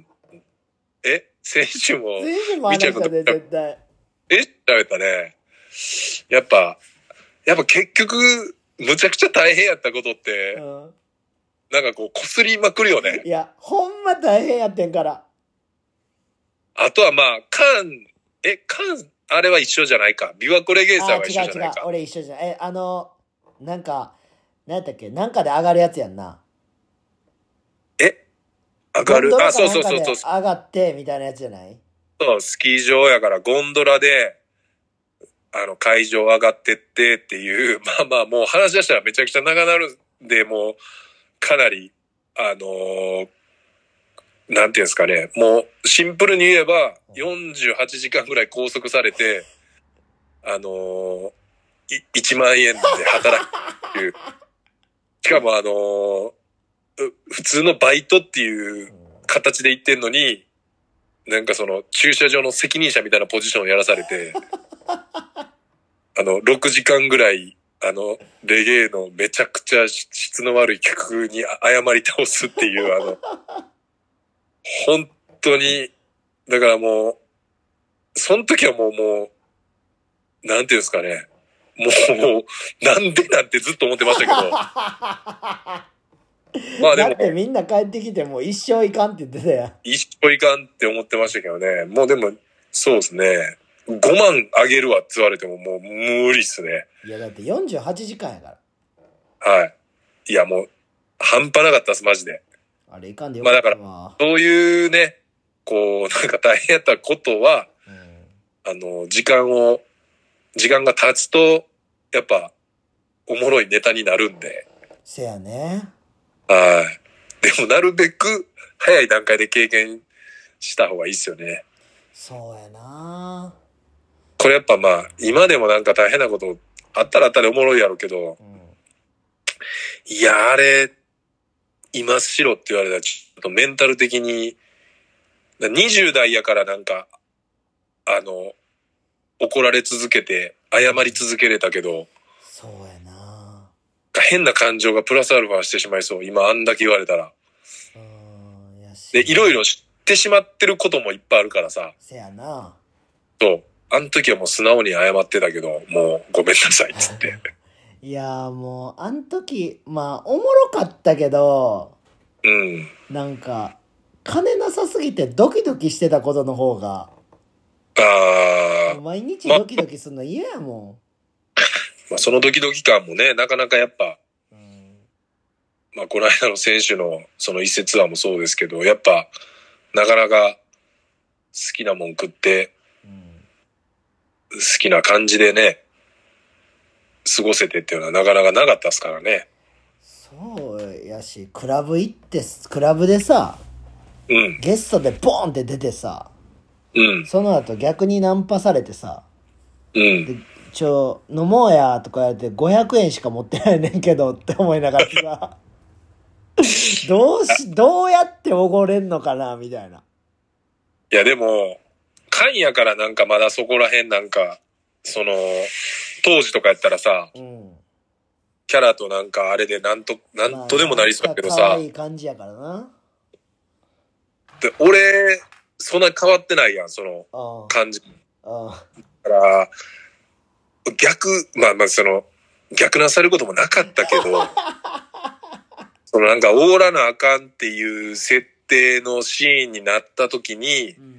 え選手も、随分も話したで、絶対。え喋ったね。やっぱ、やっぱ結局、むちゃくちゃ大変やったことっうて、ん。なんかこう、こすりまくるよね。いや、ほんま大変やってんから。あとはまあ、カン、え、カン、あれは一緒じゃないか。琵琶湖レゲエあさんはー一緒違うじ違ゃなういか。俺一緒じゃないえあのなんか何やったっけなんかで上がるやつやんなえ上がゴンドる。ラかあ、そうなんそうかそうでそう。上がってみたいなやつじゃないそうスキー場やからゴンドラで、あの、会場上がってってっていう、 まあまあもう話し出したらめちゃくちゃ長なるんで、もう、かなり、あのーなんていうんですかね、もうシンプルに言えば48時間ぐらい拘束されて、あのーい1万円で働くっていう。しかもあのーう普通のバイトっていう形で言ってんのに、なんかその駐車場の責任者みたいなポジションをやらされて、あの、6時間ぐらい、あの、レゲエのめちゃくちゃ質の悪い曲に謝り倒すっていう、あの、本当に、だからもう、その時はもう、もう、なんていうんですかね、もう、もう、なんでなんてずっと思ってましたけど、まあでだもっ、てみんな帰ってきてもう一生いかんって言ってたやん一生いかんって思ってましたけどね。もうでも、そうですね。5万あげるわって言われてももう無理っすね。いやだって48時間やからはい。いやもう、半端なかったっす、マジで。あれいかんでよかったわ、そういうね、こう、なんか大変やったことは、うんあの、時間を、時間が経つと、やっぱ、おもろいネタになるんで、せやねはい。でもなるべく、早い段階で経験した方がいいっすよね。そうやなこれやっぱまあ、今でもなんか大変なこと、あったらあったでおもろいやろうけど、うんいや、あれ、今しろって言われたら、ちょっとメンタル的に、20代やからなんか、あの、怒られ続けて、謝り続けれたけど、そうやな変な感情がプラスアルファしてしまいそう。今あんだけ言われたら。うんやしで、いろいろ知ってしまってることもいっぱいあるからさ、せやなそう。あの時はもう素直に謝ってたけど、もうごめんなさい、つって。いやもうあん時まあおもろかったけどうん。なんか金なさすぎてドキドキしてたことの方があー、毎日ドキドキするの嫌やもまあ、そのドキドキ感もね、なかなかやっぱ、ん、まあ、この間の選手のその一節はもそうですけど、やっぱ、なかなか好きなもん食って、うん好きな感じでね、過ごせてっていうのはなかなかなかったですからね。そうやしクラブ行ってクラブでさうん、ゲストでボーンって出てさうん、その後逆にナンパされてさうん。でちょ飲もうやとか言われて500円しか持ってないねんけどって思いながら さどうしどうやっておごれんのかなみたいないや、でも、勘やからなんかまだそこら辺なんか、その、当時とかやったらさ、うんキャラとなんかあれでなんと、なんとでもなりそうやけどまあなんかさ可愛、い感じやからなで俺、そんな変わってないやん、そのうん感じ。うんだから、逆、まあまあその、逆なされることもなかったけど、そのなんか、オーラなあかんっていう設定のシーンになった時にう、ん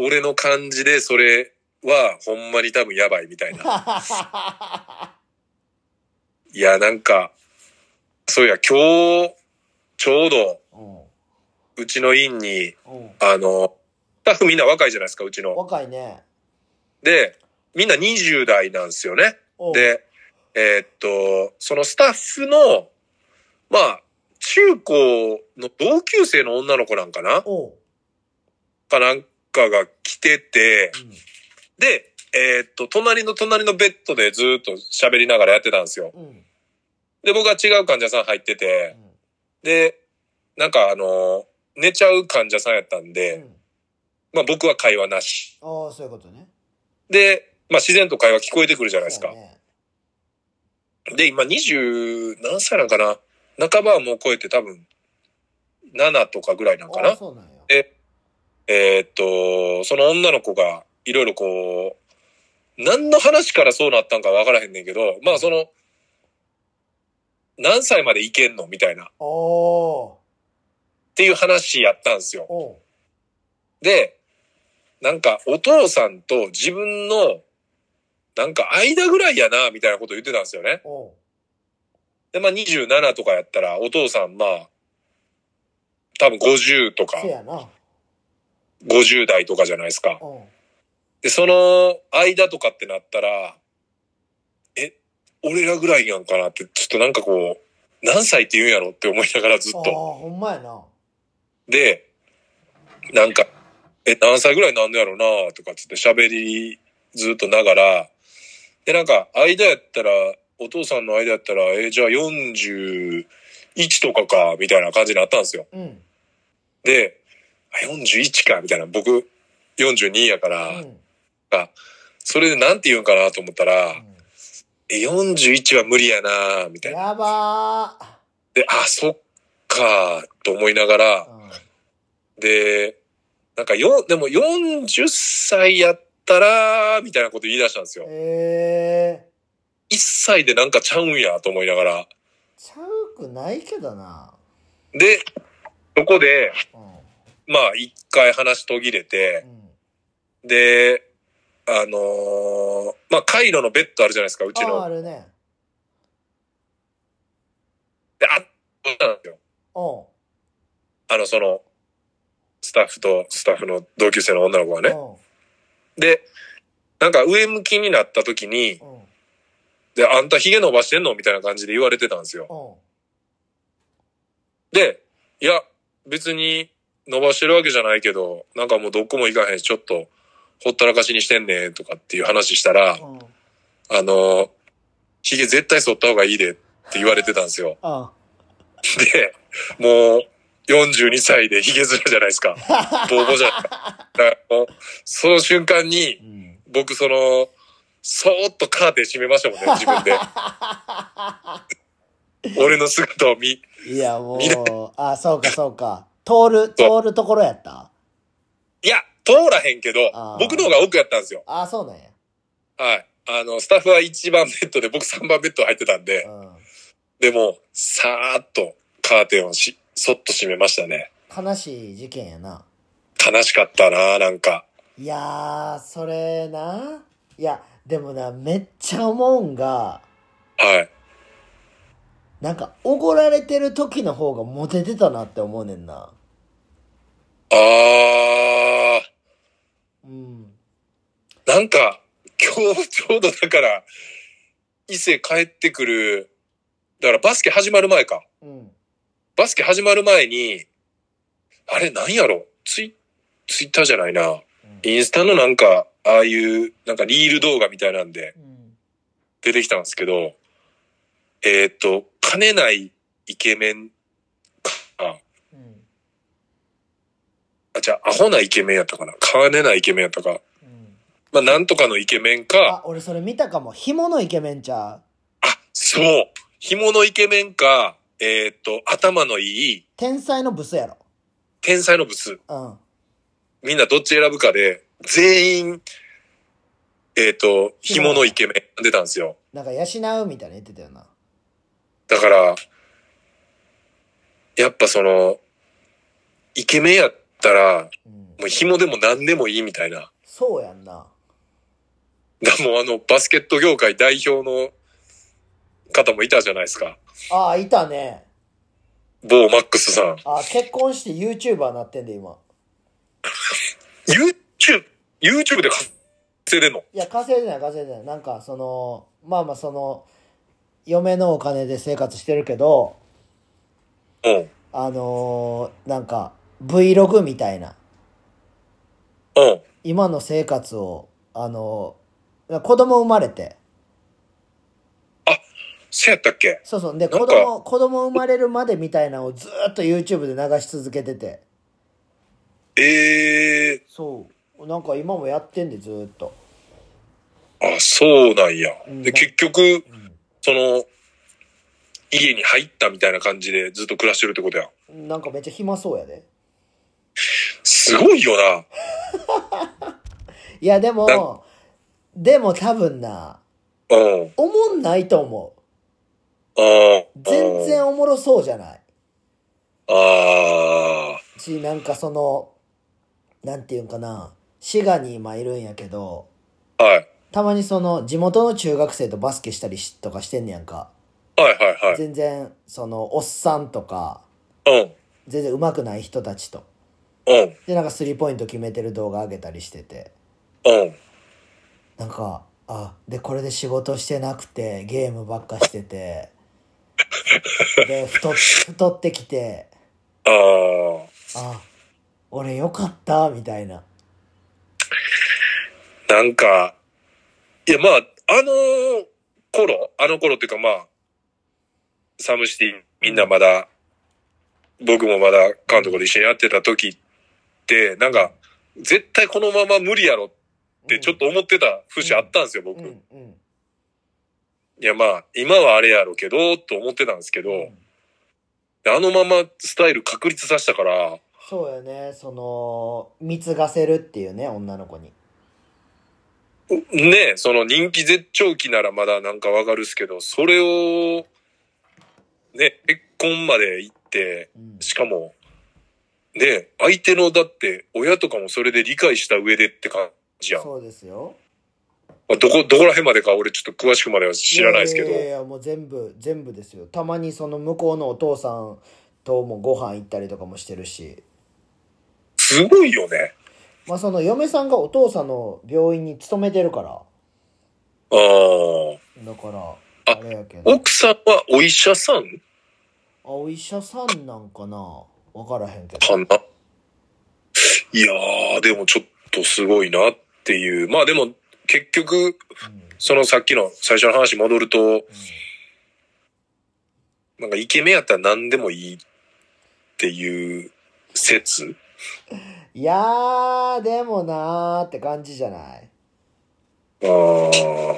俺の感じでそれは、ほんまに多分やばいみたいな。いや、なんか、そういや、今日、ちょうど、うん。うちの院に、うん。あの、スタッフみんな若いじゃないですか、うちの。若いね。で、みんな20代なんですよね。おう、で、えーっと、そのスタッフの、まあ、中高の同級生の女の子なんかなおう。かなんかが来てて、うんで、えーっと、隣の隣のベッドでずーっと喋りながらやってたんですよ。うん。うん。で、僕は違う患者さん入ってて、で、なんかあの、寝ちゃう患者さんやったんうで、ん。まあ僕は会話なし。ああ、そういうことね。で、まあ自然と会話聞こえてくるじゃないですかそう。やねで、今20何歳なんかな半ばはもう超えて多分7とかぐらいなんかああ、なそうなんや。で、えーっと、その女の子がいろいろこう、何の話からそうなったんかわからへんねんけど、まあその、何歳までいけんのみたいな、っおおていう話やったんですよ。う。おう。で、なんかお父さんと自分の、なんか間ぐらいやな、みたいなこと言ってたんですよね。おう。で、まあ27とかやったら、お父さんまあ、多分50とかせ、やな。 50代とかじゃないですか。おう。で、その間とかってなったら、え、俺らぐらいやんかなって、ちょっとなんかこう、何歳って言うんやろって思いながらずっああと。、ほんまやな。で、なんか、え、何歳ぐらいなんのやろなとかつって喋りずっとながら、で、なんか、間やったら、お父さんの間やったら、え、じゃあ41とかか、みたいな感じになったんですよ。うん。うん。で、あ41か、みたいな。僕、42やから、うんそれでなんて言うんかなと思ったら、え、41は無理やなみたいな。やばで、あ、そっか、と思いながら、ー。で、なんかよ、でも40歳やったら、みたいなこと言い出したんですよ。ええ1歳でなんかちゃうんや、と思いながら。ー。ちゃうくないけどな。で、そこで、うん。まあ一回話途切れてう、ん。で、あのーまあカイロのベッドあるじゃないですか、うちああ、あの。るね。で、あったんですよ。おう。あの、その、スタッフとスタッフの同級生の女の子がね。おう。で、なんか上向きになった時に、うん。で、あんた髭伸ばしてんのみたいな感じで言われてたんですよ。おう。で、いや、別に伸ばしてるわけじゃないけど、なんかもうどこも行かへんし、ちょっとほったらかしにしてんねんとかっていう話したら、うあん。の、髭絶対剃った方がいいでって言われてたんですよ。あで、もう42歳で髭ずるじゃないですか。ボーボーじゃないですか。だからもうその瞬間うに、ん。僕その、そーっとカーテン閉めましたもんね、自分 で。俺の姿を見、いや、も見なう、あ、そうか、そうか。通る、通るところやったいや、通らへんけどあー、僕の方が奥やったんですよ。あ、そうなんや。はい。あの、スタッフは1番ベッドで、僕3番ベッド入ってたんでう、ん。でも、さーっとカーテンをし、そっと閉めましたね。悲しい事件やな。悲しかったななんか。いやー、それな。いや、でもな、めっちゃ思うんが、はい。なんか、おごられてる時の方がモテてたなって思うねんな。あうん。ー、なんか、今日ちょうどだから、伊勢帰ってくる、だからバスケ始まる前か。うん。バスケ始まる前に、あれなんやろツイ、ツイッターじゃないな。インスタのなんか、ああいう、なんかリール動画みたいなんで、うん。出てきたんですけど、えーっと、兼ねないイケメンか、うん。あ、じゃあ、アホなイケメンやったかな。兼ねないイケメンやったか。うん。まあ、なんとかのイケメンあ、か、俺それ見たかも。紐のイケメンちゃう。あ、そう、紐のイケメンか、えーっと、頭のいい、天才のブスやろ。天才のブス。うん。みんなどっち選ぶかで、全員、えーっと、紐のイケメン出たんですよ。なんか、養うみたいな言ってたよな。だから、やっぱその、イケメンやったら、うん。もう紐でも何でもいいみたいな。そうやんな。だもうあのバスケット業界代表の方もいたじゃないですか。ああ、いたね。某マックスさん。あ結婚して YouTuber なってんで、今。 YouTube、YouTube で稼いでんのいや、稼いでない、稼いでない。なんか、その、まあまあ、その、嫁のお金で生活してるけど、うん。あのーなんか、Vlog みたいな、うん。今の生活を、あのー子供生まれて、せやったっけそうそう、で、なん子か供、子供生まれるまでみたいなのをずーっと YouTube で流し続けてて、ええそう。なんか今もやってんで、ずーっと。あ、そうなんや。うんで、結局、うんその、家に入ったみたいな感じでずっと暮らしてるってことや。なんかめっちゃ暇そうやで。すごいよな。いや、でなんも、でも多分な、うん。うん。おもんないと思う。全然おもろそうじゃない。ああし、なんかその、なんていうんかな、滋賀に今いるんやけど、ー。はい。たまにその、地元の中学生とバスケしたりしとかしてんねやんか。はいはいはい。全然、その、おっさんとか、うん。全然上手くない人たちと。うん。で、なんかスリーポイント決めてる動画上げたりしてて。うん。なんか、あ、で、これで仕事してなくて、ゲームばっかしてて、で、太っ、太ってきて、ああ。あ、俺よかった、みたいな。なんか、いやまあ、あの頃、あの頃っていうかまあ、サムシティみんなまだ、僕もまだ監督で一緒にやってた時って、なんか、絶対このまま無理やろってちょっと思ってた節あったんですよ、う僕。ん、うん、いやまあ、今はあれやろうけど、と思ってたんですけど、うん。あのままスタイル確立させたから、そうよね、その、貢がせるっていうね、女の子に。ねえ、その人気絶頂期ならまだなんかわかるっすけど、それを、ね、結婚まで行って、うん。しかも、ねえ、相手のだって親とかもそれで理解した上でって感じやん。まそうですよ。あ、どこ、どこら辺までか俺ちょっと詳しくまでは知らないですけど。ややいや、もう全部、全部ですよ。たまにその向こうのお父さんともご飯行ったりとかもしてるし、すごいよね。まあその嫁さんがお父さんの病院に勤めてるから、ああ。だから、ああれやけど。あ、奥さんはお医者さんお医者さんなんかなわからへんけど。かないやー、でもちょっとすごいなっていう。まあでも、結局、うんうんそのさっきの最初の話戻ると、なんかイケメンやったら何でもいいっていう説いやー、でもなーって感じじゃないあー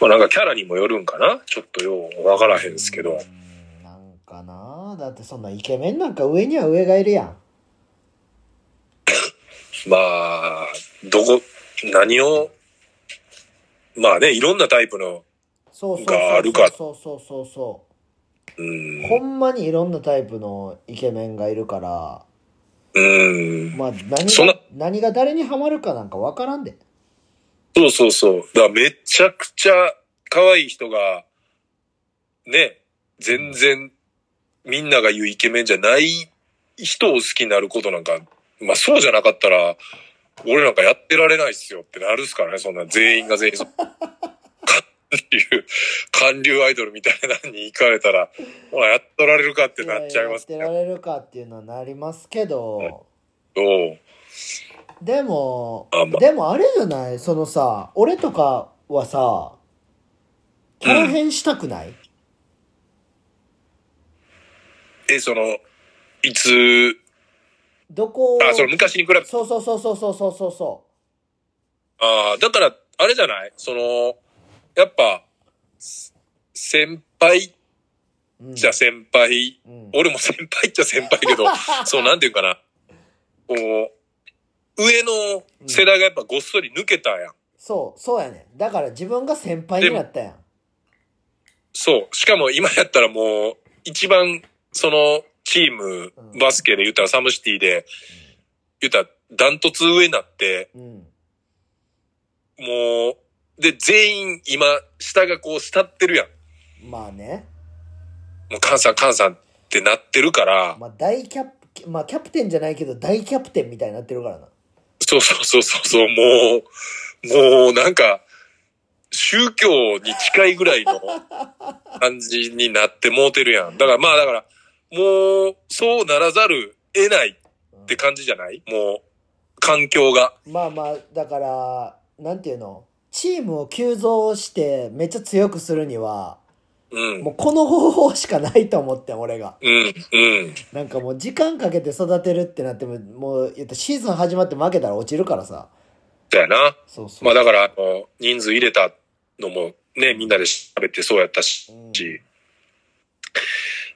まあなんかキャラにもよるんかなちょっとようわからへんすけど。うんなんかなーだってそんなイケメンなんか上には上がいるやん。まあ、どこ、何を、まあね、いろんなタイプの、そうそうがあるからそうそうそうそうそうう。ん、ほんまにいろんなタイプのイケメンがいるから、うん、まあそ何んなが、何が誰にハマるかなんかわからんで。そうそうそう。だからめちゃくちゃ可愛い人が、ね、全然みんなが言うイケメンじゃない人を好きになることなんか、まあそうじゃなかったら、俺なんかやってられないっすよってなるっすからね、そんな全員が全員そ。っていう、韓流アイドルみたいなのに行かれたら、ほら、やっとられるかってなっちゃいますやけやっど、てられるかっていうのはなりますけど、はいうんでもあまあ、でもあれじゃないそのさ、俺とかはさ、キャラ変したくない、え、その、いつ、どこをあ、その昔に比べてそうそうそうそうそうそうそうそああ、だから、あれじゃないその、やっぱ、せ先輩う。うん、じゃ先輩、うん、俺も先輩っちゃ先 輩けど、そう、なんていうかな。こう、上の世代がやっぱごっそり抜けたやん。そう、そうやねん。だから自分が先輩になったやん。そう。しかも今やったらもう、一番、その、チームうん、バスケで言ったらサムシティで、言ったらダントツ上になって、うん。もう、で、全員今、下がこう、慕ってるやん。まあね。もう、カンさん、カンさんってなってるから、まあ大キャプ、まあキャプテンじゃないけど大キャプテンみたいになってるからな。そうそうそうそうそう、もう、もうなんか、宗教に近いぐらいの感じになってもうてるやん。だからまあだから、もう、そうならざる得ないうんって感じじゃないもう、環境が。まあまあ、だから、なんていうのチームを急増してめっちゃ強くするには、うん。もうこの方法しかないと思ってん俺が。うん、うん。なんかもう時間かけて育てるってなっても、もう言ったらシーズン始まって負けたら落ちるからさ。だよな。そうそう。まあだから、あの人数入れたのもね、みんなで喋ってそうやったし、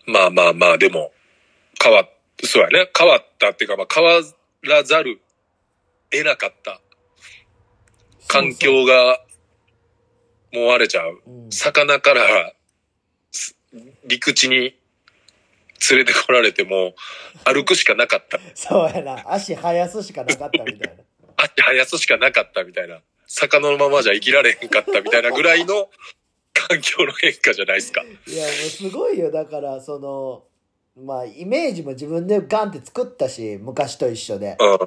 まあまあまあ、でも、変わっ、そうやね。変わったっていうか、まあ変わらざる得なかった環そう境が、もうあれちゃう。そう、うん魚から、す陸地に連れてこられても、歩くしかなかった。そうやな。足生やすしかなかったみたいな。あって生やすしかなかったみたいな。魚のままじゃ生きられへんかったみたいなぐらいの環境の変化じゃないですか。いや、もうすごいよ。だから、その、まあ、イメージも自分でガンって作ったし、昔と一緒で。うん。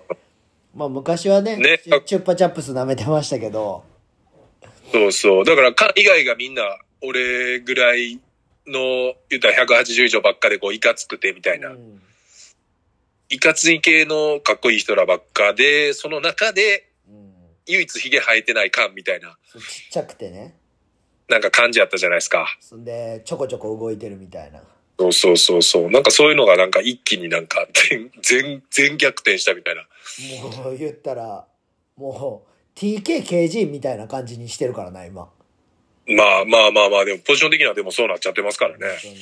まあ、昔はね、ねチュチュッパチャップス舐めてましたけど、そうそう。だから、か以外がみんな、俺ぐらいの、言ったら180以上ばっかで、こう、いかつくてみたいなう。んいかつい系のかっこいい人らばっかで、その中で、うん唯一ヒゲ生えてない感みたいな、そうちっちゃくてね。なんか感じやったじゃないですか。そんで、ちょこちょこ動いてるみたいな。そうそうそうそう。なんかそういうのがなんか一気になんか全、全、全逆転したみたいな。もう言ったら、もう TKKG みたいな感じにしてるからな、今。まあまあまあまあ、でもポジション的にはでもそうなっちゃってますからね。本当に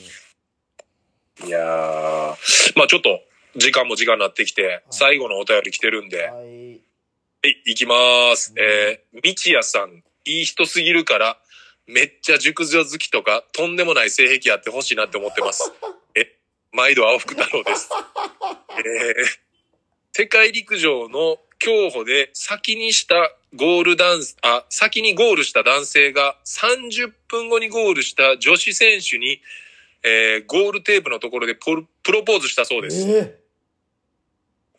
いやー、まあちょっと時間も時間になってきて、最後のお便り来てるんで、はい。はい、いきまーす。えー、みちやさん、いい人すぎるから、めっちゃ熟女好きとか、とんでもない性癖やってほしいなって思ってます。え、毎度青福太郎です。えー、世界陸上の競歩で先にしたゴールダンス、あ、先にゴールした男性が30分後にゴールした女子選手に、えー、ゴールテープのところでポルプロポーズしたそうえです。ー、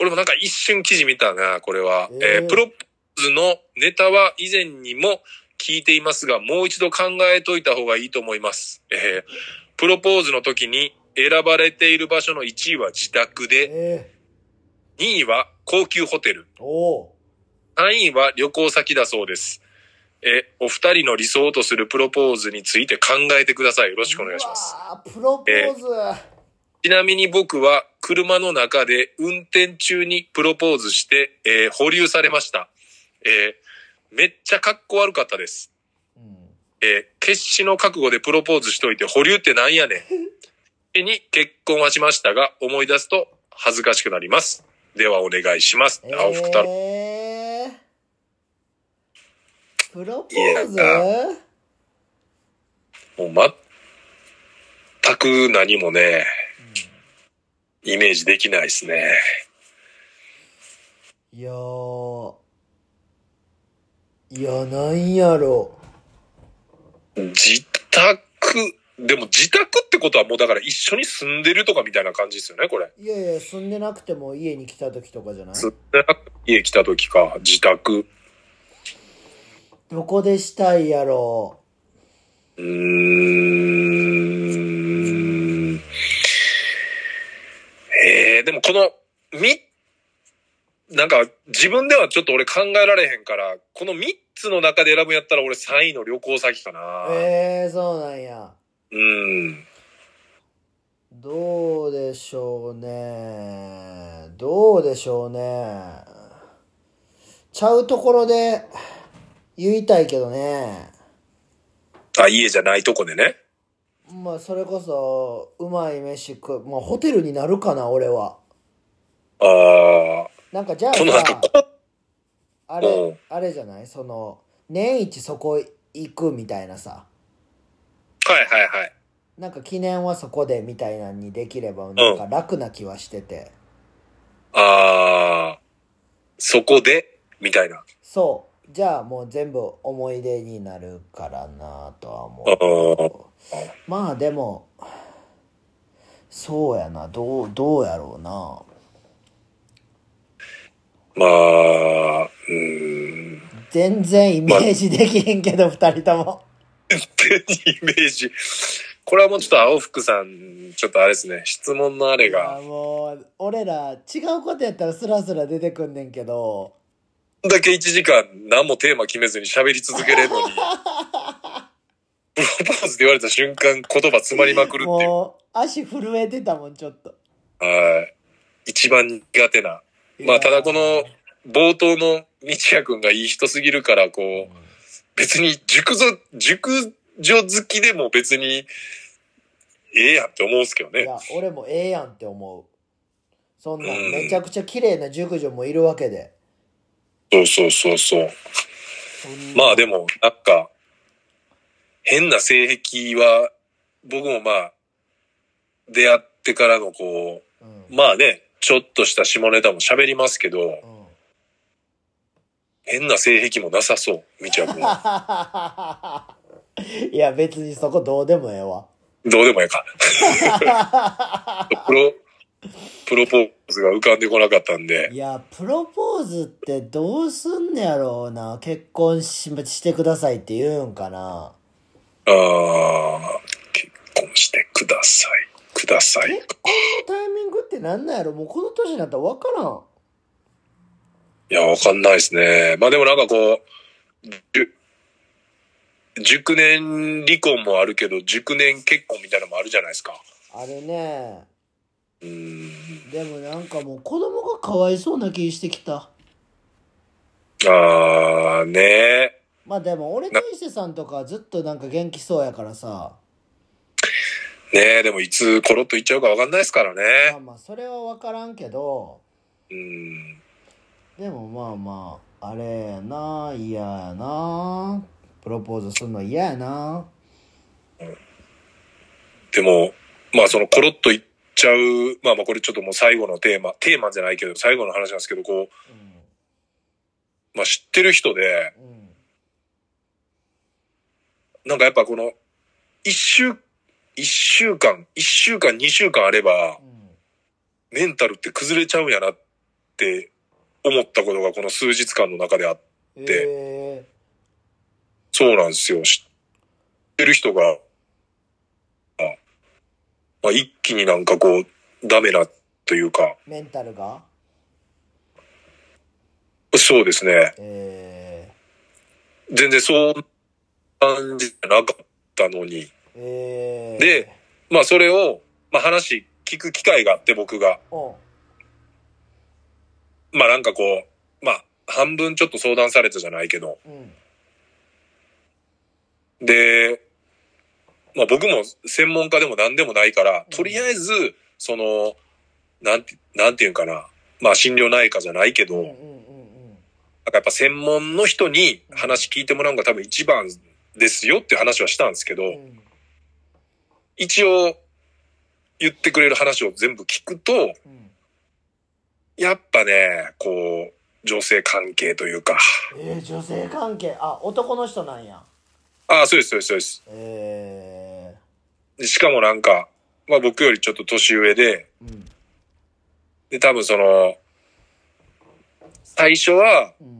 俺もなんか一瞬記事見たな、これは。ええーープロポーズのネタは以前にも聞いていますが、もう一度考えといた方がいいと思います。えープロポーズの時に選ばれている場所の1位は自宅で、え2位は高級ホテル、ー、おお。 3位は旅行先だそうです。えーお二人の理想とするプロポーズについて考えてください。よろしくお願いします。うわー。プロポーズ。ちなみに僕は車の中で運転中にプロポーズして、えー保留されました。えーめっちゃ格好悪かったです。うんえー決死の覚悟でプロポーズしといて保留ってなんやねん。えに結婚はしましたが、思い出すと恥ずかしくなります。ではお願いします。青福太郎。えー、プロポいやーズもう全く何もね、イメージできないですね。いやーいやなんやろ自宅、でも自宅ってことはもうだから一緒に住んでるとかみたいな感じですよね、これ。いやいや住んでなくても家に来た時とかじゃない住んでなくて家来た時か、自宅。どこでしたいやろうーん。えー、でもこの、み、なんか自分ではちょっと俺考えられへんから、この3つの中で選ぶんやったら俺3位の旅行先かな。ええー、そうなんやうん。どうでしょうねどうでしょうねちゃうところで言いたいけどねあ、家じゃないとこでね。まあそれこそうまい飯食うまあホテルになるかな俺はああ、なんかじゃあこのなんかさこあうれんあれじゃないその年一そこ行くみたいなさはいはいはい。なんか記念はそこでみたいなのにできればなんか楽な気はしてて、ああ、そこで、みたいな。そうじゃあもう全部思い出になるからなとはあ思ーうまあでもそうやなどうどうやろうなまあ、うーん。全然イメージできへんけど、二人とも手にイメージ。これはもうちょっと青福さん、ちょっとあれですね、質問のあれあが。もう俺ら違うことやったらスラスラ出てくんねんけどこんだけ1時間何もテーマ決めずに喋り続けれるのに、プロポーズで言われた瞬間言葉詰まりまくるっていう。もう足震えてたもんちょっとはい。一番苦手な。まあただこの冒頭の日也くんがいい人すぎるから、こう、別に熟女、熟女好きでも別に、ええやんって思うんですけどいね。や俺もええやんって思うそんなうんめちゃくちゃ綺麗な熟女もいるわけでそうそうそうそう。そんなまあでも、なんか、変な性癖は、僕もまあ、出会ってからのこうんう、まあね、ちょっとした下ネタも喋りますけど、うん変な性癖もなさそう、みちゃくんは。 いや別にそこどうでもええわどうでも ええか。プロ、プロポーズが浮かんでこなかったんでい、やプロポーズってどうすんねやろうな結婚ししてくださいって言うんかなあー結婚してください、ください結。婚のタイミングってなんなんやろもうこの年になったら分からんいや、わかんないですね。まあでもなんかこう、じゅ熟年離婚もあるけど、熟年結婚みたいなのもあるじゃないですか。あれねうーん。でもなんかもう子供がかわいそうな気してきたあー、ねえ。まあでも俺と伊勢さんとかはずっとなんか元気そうやからさねえ、でもいつコロッといっちゃうかわかんないですからまねあ。まあそれは分からんけどうーん。でもまあまああれやな嫌やなプロポーズするの嫌やなでも、まあそのコロッといっちゃう、まあまあこれちょっともう最後のテーマ、テーマじゃないけど、最後の話なんですけど、こう、まあ知ってる人で、うんうんなんかやっぱこの、一週、一週間、一週間、二週間あればう、んメンタルって崩れちゃうんやなって思ったことがこの数日間の中であっえそうなんですよ。知ってる人が、あまあ、一気になんかこう、ダメなというか、ー、メンタルがそうですね。え全然そう感じじゃなかったのに。ー、えー、でまあそれを、まあ話聞く機会があって僕が、おうまあなんかこう、まあ半分ちょっと相談されたじゃないけど、うんで、まあ僕も専門家でも何でもないから、とりあえず、その、なんて、なんていうんかな。まあ診療内科じゃないけど、うんううなんんかんやっぱ専門の人に話聞いてもらうのが多分一番ですよって話はしたんですけど、うん一応言ってくれる話を全部聞くと、うんやっぱね、こう、女性関係というか、えー、女性関係あ男の人なんやああ、そうです、そうです、そうですえで。しかもなんか、まあ僕よりちょっと年上で、ー、うんで、多分その、最初は、うん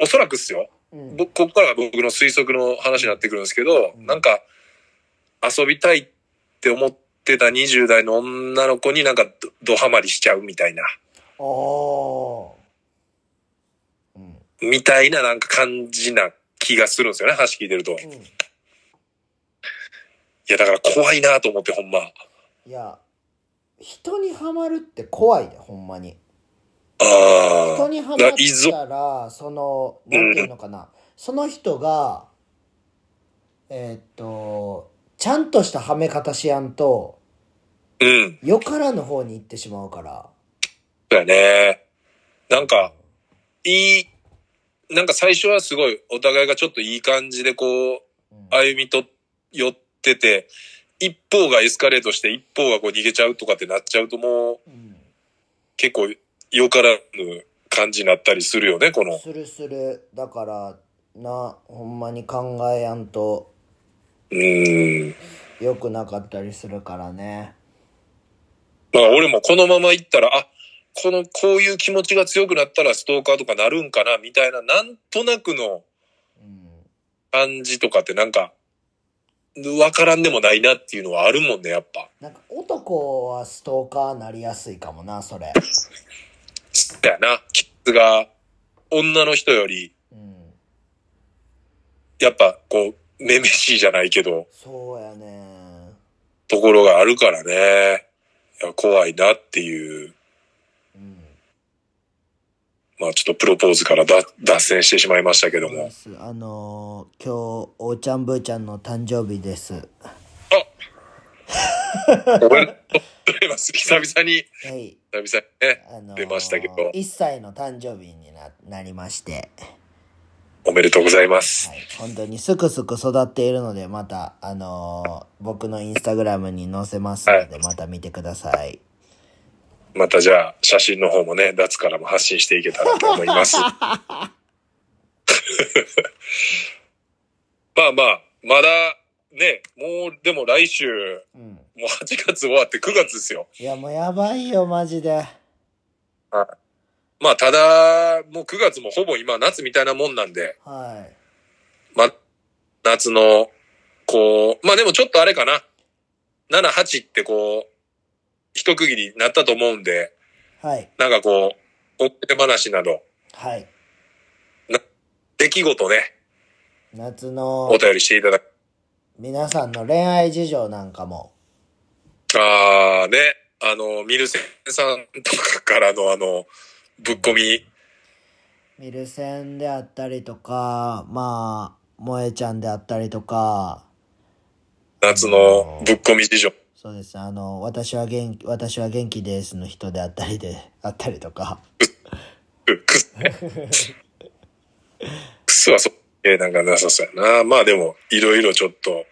おそらくっすよ。うん僕、ここからは僕の推測の話になってくるんですけど、うんなんか、遊びたいって思ってた20代の女の子になんかど、どハマりしちゃうみたいな、ああうんみたいななんか感じな気がするんですよね、話聞いてると。いうんや、だから怖いなと思って、ほんま。あいや人にはまるって怖いでほんまに人あ。にはまっいぞたらそのなんていうのかな、その人がえーっとちゃんとしたはめ方しやんとうん。よからぬ方に行ってしまうからそうやね。なんか、いい、なんか最初はすごい、お互いがちょっといい感じでこう、うん歩みと寄ってて、一方がエスカレートして一方がこう逃げちゃうとかってなっちゃうともううん結構よからぬ感じになったりするよね、この。するするだからなほんまに考えやんとうーん。良くなかったりするからね。だから俺もこのまま行ったら、あ、この、こういう気持ちが強くなったらストーカーとかなるんかな、みたいな、なんとなくのうん。感じとかってなんか、わからんでもないなっていうのはあるもんね、やっぱ。なんか男はストーカーなりやすいかもな、それ。だよな。キッズが、女の人より、うん。やっぱ、こう、めめしいじゃないけど、そうやね。ところがあるからね。いや、怖いなっていう。うん。まあちょっとプロポーズからだ脱線してしまいましたけ ども。ですあのー今日、おーちゃんぶーちゃんの誕生日です。おめでとうございます。久々に、はい。久々にね、あの出ましたけど1歳の誕生日にななりまして、おめでとうございます。はい、本当にすくすく育っているので、また、あのー僕のインスタグラムに載せますので、また見てください。またじゃあ、写真の方もね、脱からも発信していけたらと思います。 まあまあ、まだね、もうでも来週、うん。もう8月終わって9月ですよ。いや、もうやばいよ、マジで。まあただ、もう9月もほぼ今夏みたいなもんなんで、はい。ま、夏の、こう、まあでもちょっとあれかな。7、8ってこう、一区切りになったと思うんで、はい。なんかこう、お手話など、はい。出来事ね、夏のお便りしていただく。皆さんの恋愛事情なんかも。あーね、あの、ミルセンさんとかからのあの、ぶっ込み、ミルセンであったりとか、まあ、萌えちゃんであったりとか、夏のぶっ込み事情。そうですね、あの、私は元気、私は元気ですの人であったりで、あったりとか。くくっすね。くっすはそ、えーなんかなさそうやな。まあでも、いろいろちょっと、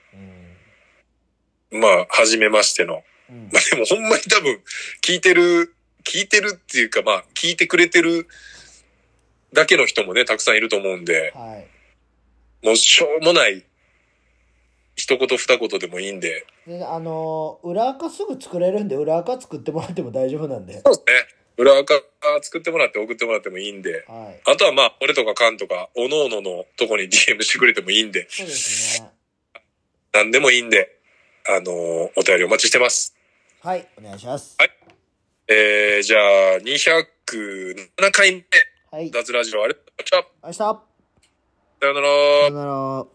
うん。まあ、初めましての。うんまあでもほんまに多分、聞いてる、聞いてるっていうか、まあ、聞いてくれてるだけの人もね、たくさんいると思うんで、はい。もうしょうもない、一言二言でもいいんで。で、あの、裏垢すぐ作れるんで、裏垢作ってもらっても大丈夫なんで。そうですね。裏垢作ってもらって送ってもらってもいいんで。はい。あとはまあ、俺とかカンとか、おのおののとこに DM してくれてもいいんで、そうですね。何でもいいんで、あのーお便りお待ちしてます。はい、お願いします。はえー、じゃあ、207回目、はい。脱ラジオあれじゃあ、明日ささよなら。よなら。